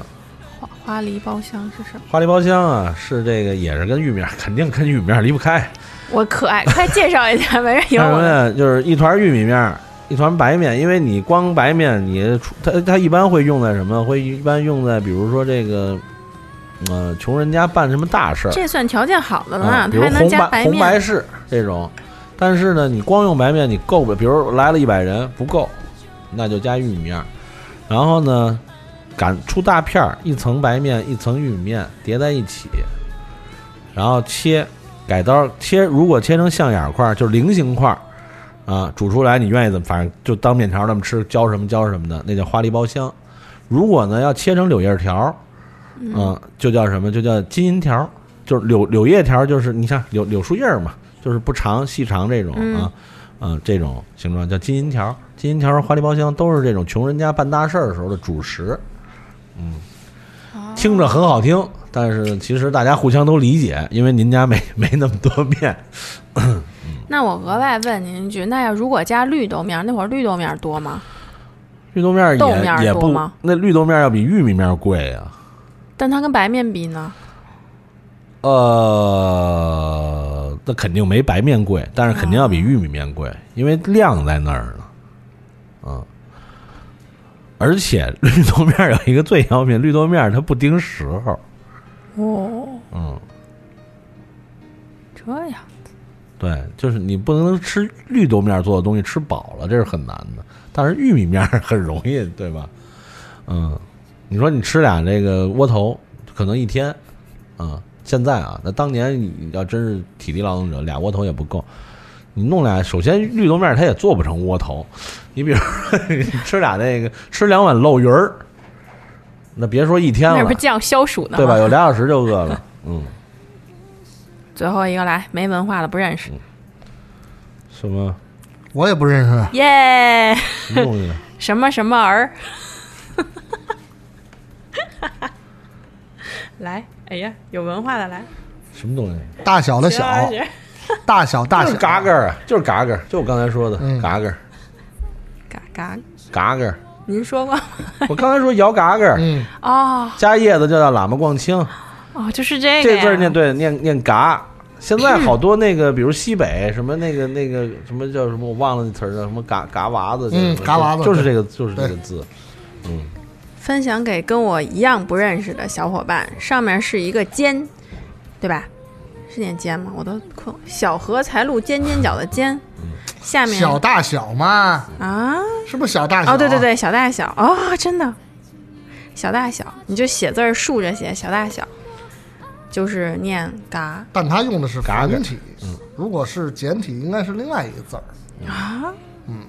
Speaker 3: 花花梨包香是什么？
Speaker 4: 花梨包香啊，是这个也是跟玉米儿，肯定跟玉米儿离不开。
Speaker 3: 我可爱，快介绍一下，没人有
Speaker 4: 还有
Speaker 3: 我
Speaker 4: 什么
Speaker 3: 们。
Speaker 4: 呢？就是一团玉米面儿，一团白面，因为你光白面你出它它一般会用在什么？会一般用在比如说这个，呃，穷人家办什么大事儿，
Speaker 3: 这算条件好的了，
Speaker 4: 啊，比
Speaker 3: 他还
Speaker 4: 如
Speaker 3: 能
Speaker 4: 红
Speaker 3: 加
Speaker 4: 白红白
Speaker 3: 面。
Speaker 4: 事这种。但是呢，你光用白面你够不了，比如来了一百人不够，那就加玉米面儿。然后呢，擀出大片儿，一层白面一层玉米面叠在一起，然后切，改刀切，如果切成象眼块儿，就是菱形块儿。啊，煮出来你愿意怎么，反正就当面条那么吃，浇什么浇什么的，那叫花梨包香。如果呢要切成柳叶条儿，嗯、就叫什么？就叫金银条儿，就是柳柳叶条儿，就是你像柳柳树叶儿嘛，就是不长细长这种啊，嗯、这种形状叫金银条儿。金银条儿和花梨包香都是这种穷人家办大事儿的时候的主食，嗯，听着很好听，但是其实大家互相都理解，因为您家没没那么多面，
Speaker 3: 那我额外问您一句，那要如果加绿豆面儿，那会儿绿豆面儿多吗？
Speaker 4: 绿豆面儿也
Speaker 3: 豆面儿
Speaker 4: 也
Speaker 3: 多
Speaker 4: 不
Speaker 3: 吗，
Speaker 4: 那绿豆面儿要比玉米面儿贵啊呀、
Speaker 3: 但它跟白面比呢？
Speaker 4: 呃，那肯定没白面贵，但是肯定要比玉米面贵，因为量在那儿呢。嗯，而且绿豆面儿有一个最要命，绿豆面儿它不盯时候。
Speaker 3: 哦，
Speaker 4: 嗯，
Speaker 3: 这样
Speaker 4: 对，就是你不能吃绿豆面儿做的东西吃饱了，这是很难的。但是玉米面儿 很容易，对吧？嗯，你说你吃俩这个窝头，可能一天，啊、现在啊，那当年你要真是体力劳动者，俩窝头也不够。你弄俩，首先绿豆面儿它也做不成窝头，你比如说你吃俩那个，吃两碗漏鱼儿，那别说一天
Speaker 3: 那
Speaker 4: 了
Speaker 3: 不，降消暑呢吗？
Speaker 4: 对吧？有俩小时就饿了，嗯。
Speaker 3: 最后一个来，没文化的不认识，
Speaker 4: 什么
Speaker 1: 我也不认识。
Speaker 3: 耶、
Speaker 4: 什么东西？
Speaker 3: 什么什么儿？来，哎呀，有文化的来，
Speaker 4: 什么东西？
Speaker 1: 大小的小，
Speaker 3: 学
Speaker 1: 大小大
Speaker 4: 就
Speaker 1: 小
Speaker 4: 是，嘎嘎儿啊，就是嘎嘎儿，就我刚才说的、
Speaker 1: 嗯
Speaker 4: 嘎嘎儿，
Speaker 3: 嘎嘎，
Speaker 4: 嘎嘎儿。
Speaker 3: 您说过吗？
Speaker 4: 我刚才说摇嘎嘎儿，
Speaker 1: 嗯，
Speaker 3: 哦
Speaker 4: 加叶子就叫喇嘛逛青，
Speaker 3: 哦，就是这个
Speaker 4: 这
Speaker 3: 呀
Speaker 4: 字儿念对，念念嘎。现在好多那个，比如西北什么那个那个什么叫什么，我忘了那词儿叫什么嘎嘎娃子，
Speaker 1: 嗯
Speaker 4: 就是
Speaker 1: 嘎娃子
Speaker 4: 就是这
Speaker 1: 对
Speaker 4: 个就是这个字，嗯，
Speaker 3: 分享给跟我一样不认识的小伙伴。上面是一个尖，对吧？是念尖吗？我都困。小荷才露尖尖角的尖，
Speaker 4: 嗯
Speaker 3: 下面
Speaker 1: 小大小嘛，
Speaker 3: 啊，
Speaker 1: 是不是小大小？
Speaker 3: 哦，对对，
Speaker 4: 啊
Speaker 3: 对，小大小哦，真的，小大小，你就写字儿竖着写，小大小，就是念嘎
Speaker 1: 但它用的是
Speaker 4: 嘎嗯嘎
Speaker 1: 繁体，如果是简体，应该是另外一个字儿。
Speaker 3: 啊，
Speaker 1: 嗯，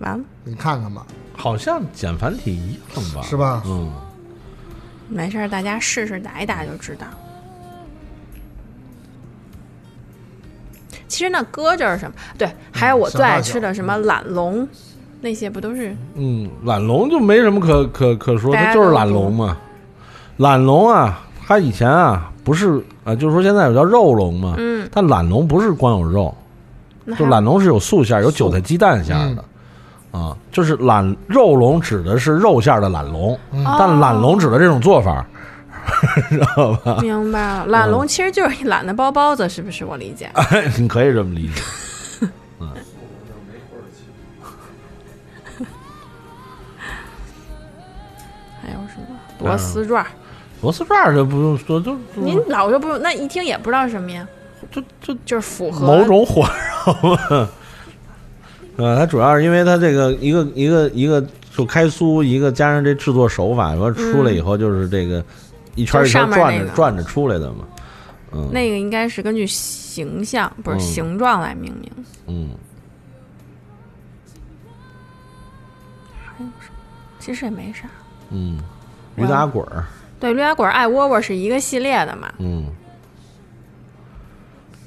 Speaker 3: 完了
Speaker 1: 你看看吧，
Speaker 4: 好像简繁体一样吧？
Speaker 1: 是？吧？
Speaker 4: 嗯，
Speaker 3: 没事儿，大家试试打一打就知道。其实那搁这儿什么，对，还有我最爱吃的什么懒龙，那些不都是
Speaker 4: 嗯，懒龙就没什么可可可说，
Speaker 3: 大家
Speaker 4: 它
Speaker 3: 都
Speaker 4: 就是懒龙嘛。懒龙啊，它以前啊不是啊，就是说现在有叫肉龙嘛，
Speaker 3: 嗯，
Speaker 4: 但懒龙不是光有肉，
Speaker 3: 那还
Speaker 4: 就懒龙是有素馅儿、有韭菜鸡蛋馅儿的。
Speaker 3: 嗯
Speaker 4: 啊，就是懒肉龙指的是肉馅儿的懒龙，
Speaker 3: 哦
Speaker 4: 但懒龙指的这种做法，知道吧？
Speaker 3: 明白
Speaker 4: 嗯
Speaker 3: 了，懒龙其实就是一懒得包包子，是不是？我理
Speaker 4: 啊
Speaker 3: 解。
Speaker 4: 你可以这么理解。
Speaker 3: 还有什么螺丝
Speaker 4: 嗯
Speaker 3: 转儿？
Speaker 4: 螺丝转儿就不用说，就就
Speaker 3: 您老说不用，那一听也不知道是什么呀，
Speaker 4: 就就
Speaker 3: 就是符合
Speaker 4: 某种火烧。呃，它主要是因为它这个一个一个一个就开酥，一个加上这制作手法，完出来以后就是这个一圈儿一圈儿
Speaker 3: 就上面
Speaker 4: 转
Speaker 3: 那
Speaker 4: 着
Speaker 3: 个
Speaker 4: 转着出来的嘛。嗯，
Speaker 3: 那个应该是根据形象不是
Speaker 4: 嗯
Speaker 3: 形状来命名。
Speaker 4: 嗯，
Speaker 3: 其实也没啥。
Speaker 4: 嗯，驴打滚儿，
Speaker 3: 对，驴打滚儿、爱窝窝是一个系列的嘛。
Speaker 4: 嗯，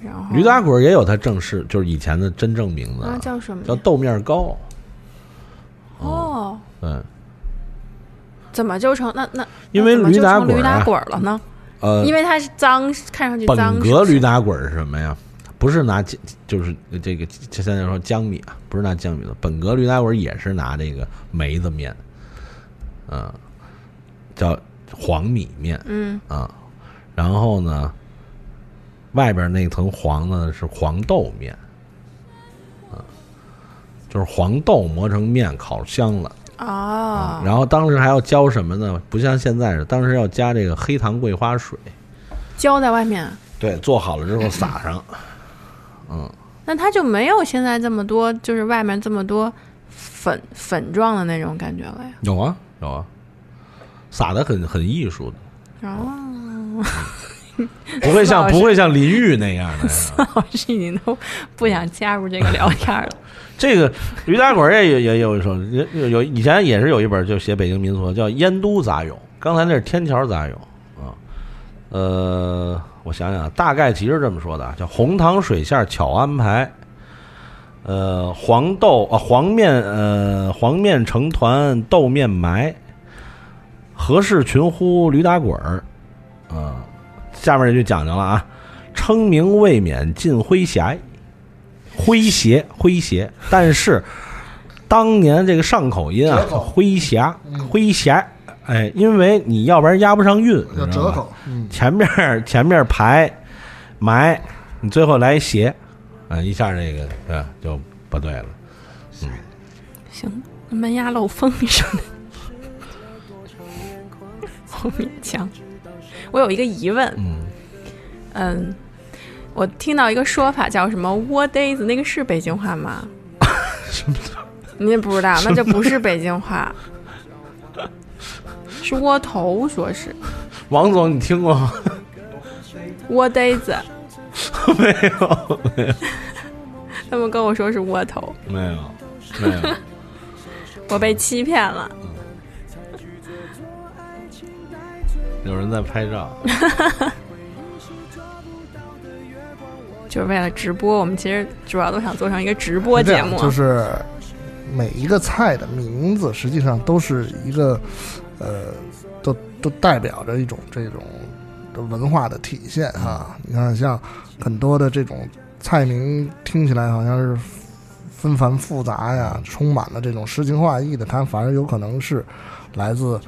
Speaker 3: 然后
Speaker 4: 驴打滚儿也有它正式，就是以前的真正名字
Speaker 3: 啊
Speaker 4: 啊，
Speaker 3: 叫什么呀？
Speaker 4: 叫豆面糕。
Speaker 3: 哦，
Speaker 4: 嗯，
Speaker 3: 怎么就成那那？
Speaker 4: 因为
Speaker 3: 那怎么
Speaker 4: 驴
Speaker 3: 就
Speaker 4: 打
Speaker 3: 成
Speaker 4: 滚儿
Speaker 3: 驴打
Speaker 4: 啊
Speaker 3: 滚儿了呢？
Speaker 4: 呃，
Speaker 3: 因为它是脏，看上去脏
Speaker 4: 本
Speaker 3: 是不是。
Speaker 4: 格驴打滚儿是什么呀？不是拿就是这个现在说江米啊，不是拿江米的，本格驴打滚儿也是拿这个梅子面，嗯、叫黄米面，
Speaker 3: 嗯
Speaker 4: 啊，然后呢，外边那层黄呢是黄豆面，啊，就是黄豆磨成面烤香了。
Speaker 7: 哦，
Speaker 4: 然后当时还要浇什么呢？不像现在是，当时要加这个黑糖桂花水。
Speaker 7: 浇在外面，
Speaker 4: 对，做好了之后撒上，
Speaker 3: 那它就没有现在这么多，就是外面这么多粉粉状的那种感觉了呀。
Speaker 4: 有啊有啊，撒的很很 艺术的，
Speaker 3: 哦，
Speaker 4: 不会像
Speaker 3: 老师
Speaker 4: 不会像淋浴那样 的。
Speaker 3: 老师，你都不想加入这个聊天了。
Speaker 4: 这个驴打滚儿也也也有一首，也有有以前也是有一本就写北京民俗叫《燕都杂咏》，刚才那是天桥杂咏啊。呃，我想想啊，大概其实这么说的啊，叫红糖水馅儿巧安排，呃，黄豆啊黄面呃黄面成团豆面埋，何事群呼驴打滚儿啊。下面就讲究了啊，称名未免尽诙谐。诙谐，诙谐。但是当年这个上口音啊
Speaker 1: 折，口嗯
Speaker 4: 诙谐，诙谐，哎，因为你要不然押不上韵，
Speaker 1: 要
Speaker 4: 你知道
Speaker 1: 折
Speaker 4: 吧
Speaker 1: 口，嗯，
Speaker 4: 前面儿前面儿排埋，你最后来一斜，啊，一下这个对就不对了。
Speaker 3: 行，门牙漏风一 声，好勉强。我有一个疑问，
Speaker 4: 嗯，
Speaker 3: 嗯，我听到一个说法叫什么 “What days”，那个是北京话 吗？你也不知道，那就不是北京 话，是窝头，说是
Speaker 4: 王总，你听过吗？
Speaker 3: 窝 days，
Speaker 4: 没有，没有，
Speaker 3: 他们跟我说是窝头，
Speaker 4: 没有，没有。
Speaker 3: 我被欺骗了。
Speaker 4: 有人在拍照，
Speaker 3: 就是为了直播，我们其实主要都想做成一个直播
Speaker 1: 是这
Speaker 3: 节
Speaker 1: 样
Speaker 3: 目，
Speaker 1: 就是每一个菜的名字实际上都是一个呃，都都代表着一种这种的文化的体现哈、你看，像很多的这种菜名听起来好像是纷繁复杂呀，充满了这种诗情画意的，它反而有可能是来自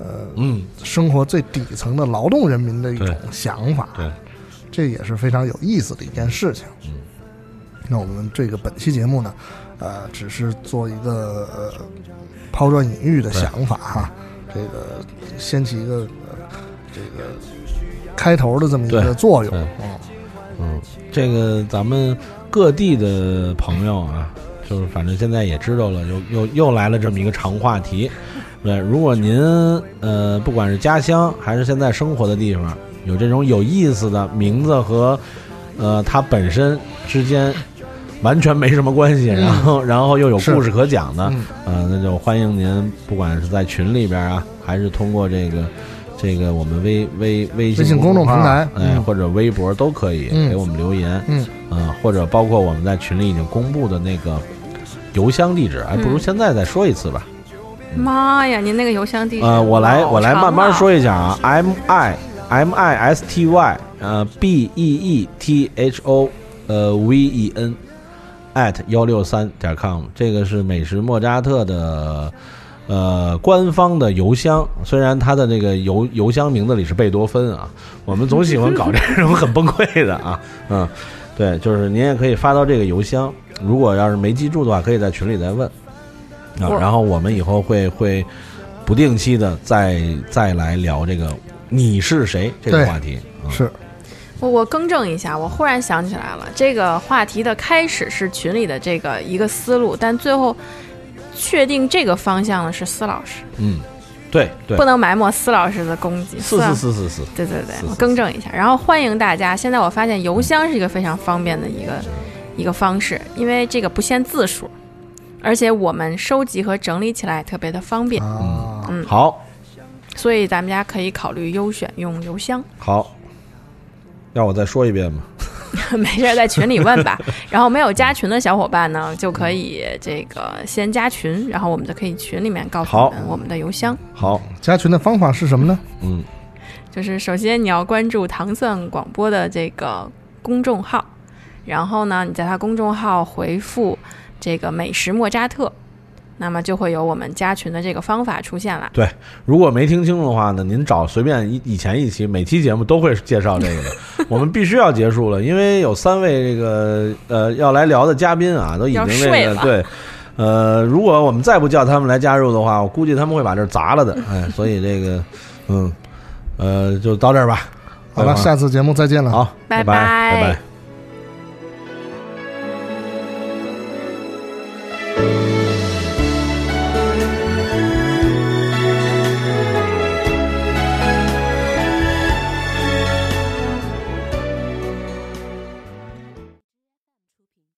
Speaker 1: 呃
Speaker 4: 嗯，
Speaker 1: 生活最底层的劳动人民的一种
Speaker 4: 对
Speaker 1: 想法，
Speaker 4: 对，
Speaker 1: 这也是非常有意思的一件事情。
Speaker 4: 嗯
Speaker 1: 那我们这个本期节目呢，呃，只是做一个、呃、抛砖引玉的想法哈，这个掀起一个、呃、这个开头的这么一
Speaker 4: 对
Speaker 1: 个作用
Speaker 4: 对
Speaker 1: 嗯
Speaker 4: 嗯，这个咱们各地的朋友啊，就是反正现在也知道了，又又又来了这么一个长话题。对，如果您呃，不管是家乡还是现在生活的地方，有这种有意思的名字和呃它本身之间完全没什么关系，然后然后又有故事可讲的，
Speaker 1: 嗯
Speaker 4: 呃，那就欢迎您，不管是在群里边啊，还是通过这个这个我们微微
Speaker 1: 微
Speaker 4: 微
Speaker 1: 信公
Speaker 4: 公
Speaker 1: 众
Speaker 4: 号
Speaker 1: 平台
Speaker 4: 哎，
Speaker 1: 嗯
Speaker 4: 或者微博都可以
Speaker 1: 嗯
Speaker 4: 给我们留言，
Speaker 1: 嗯，
Speaker 4: 呃，或者包括我们在群里已经公布的那个邮箱地址，
Speaker 3: 嗯
Speaker 4: 哎，不如现在再说一次吧。
Speaker 3: 妈呀，您那个邮箱地址，啊
Speaker 4: 呃，我来我来慢慢说
Speaker 3: 一，
Speaker 4: 一下啊，m i m i s t y 呃 b e e t h o 呃 v e n at 幺六三点 com，这个是美食莫扎特的。呃，官方的邮箱虽然它的这个邮邮箱名字里是贝多芬啊，我们总喜欢搞这种很崩溃的啊，嗯，对，就是您也可以发到这个邮箱，如果要是没记住的话，可以在群里再问啊。
Speaker 3: 我
Speaker 4: 然后我们以后会会不定期的再再来聊这个你是谁这个
Speaker 1: 对
Speaker 4: 话题，嗯
Speaker 1: 是
Speaker 3: 我我更正一下，我忽然想起来了，这个话题的开始是群里的这个一个思路，但最后确定这个方向的是司老师，
Speaker 4: 嗯，对对
Speaker 3: 不，能埋没司老师的功绩。
Speaker 4: 四
Speaker 3: 算
Speaker 4: 四
Speaker 3: 了
Speaker 4: 四四四，
Speaker 3: 对对对
Speaker 4: 是，是
Speaker 3: 我更正一下。然后欢迎大家，现在我发现邮箱是一个非常方便的一个一个方式，因为这个不限字数，而且我们收集和整理起来特别的方便，
Speaker 1: 啊，
Speaker 3: 嗯
Speaker 4: 好
Speaker 3: 所以咱们家可以考虑优选用邮箱。
Speaker 4: 好，要我再说一遍吗？
Speaker 3: 没事儿，在群里问吧。然后没有加群的小伙伴呢，就可以这个先加群，然后我们就可以群里面告诉
Speaker 4: 好
Speaker 3: 我们我们的邮箱。
Speaker 4: 好，
Speaker 1: 加群的方法是什么呢？
Speaker 4: 嗯，
Speaker 3: 就是首先你要关注糖蒜广播的这个公众号，然后呢，你在它公众号回复这个美食莫扎特，
Speaker 5: 那么就会有我们加群的这个方法出现了。
Speaker 4: 对，如果没听清楚的话呢，您找随便以以前一期，每期节目都会介绍这 个的。我们必须要结束了，因为有三位这个呃要来聊的嘉宾啊，都已经
Speaker 5: 要
Speaker 4: 这
Speaker 5: 睡
Speaker 4: 个
Speaker 5: 了
Speaker 4: 对。呃，如果我们再不叫他们来加入的话，我估计他们会把这儿砸了的。哎，所以这个，嗯，呃，就到这儿吧。
Speaker 1: 好了，
Speaker 4: 拜拜
Speaker 1: 下次节目再见了。
Speaker 4: 好，
Speaker 5: 拜
Speaker 4: 拜拜
Speaker 5: 拜
Speaker 4: 拜。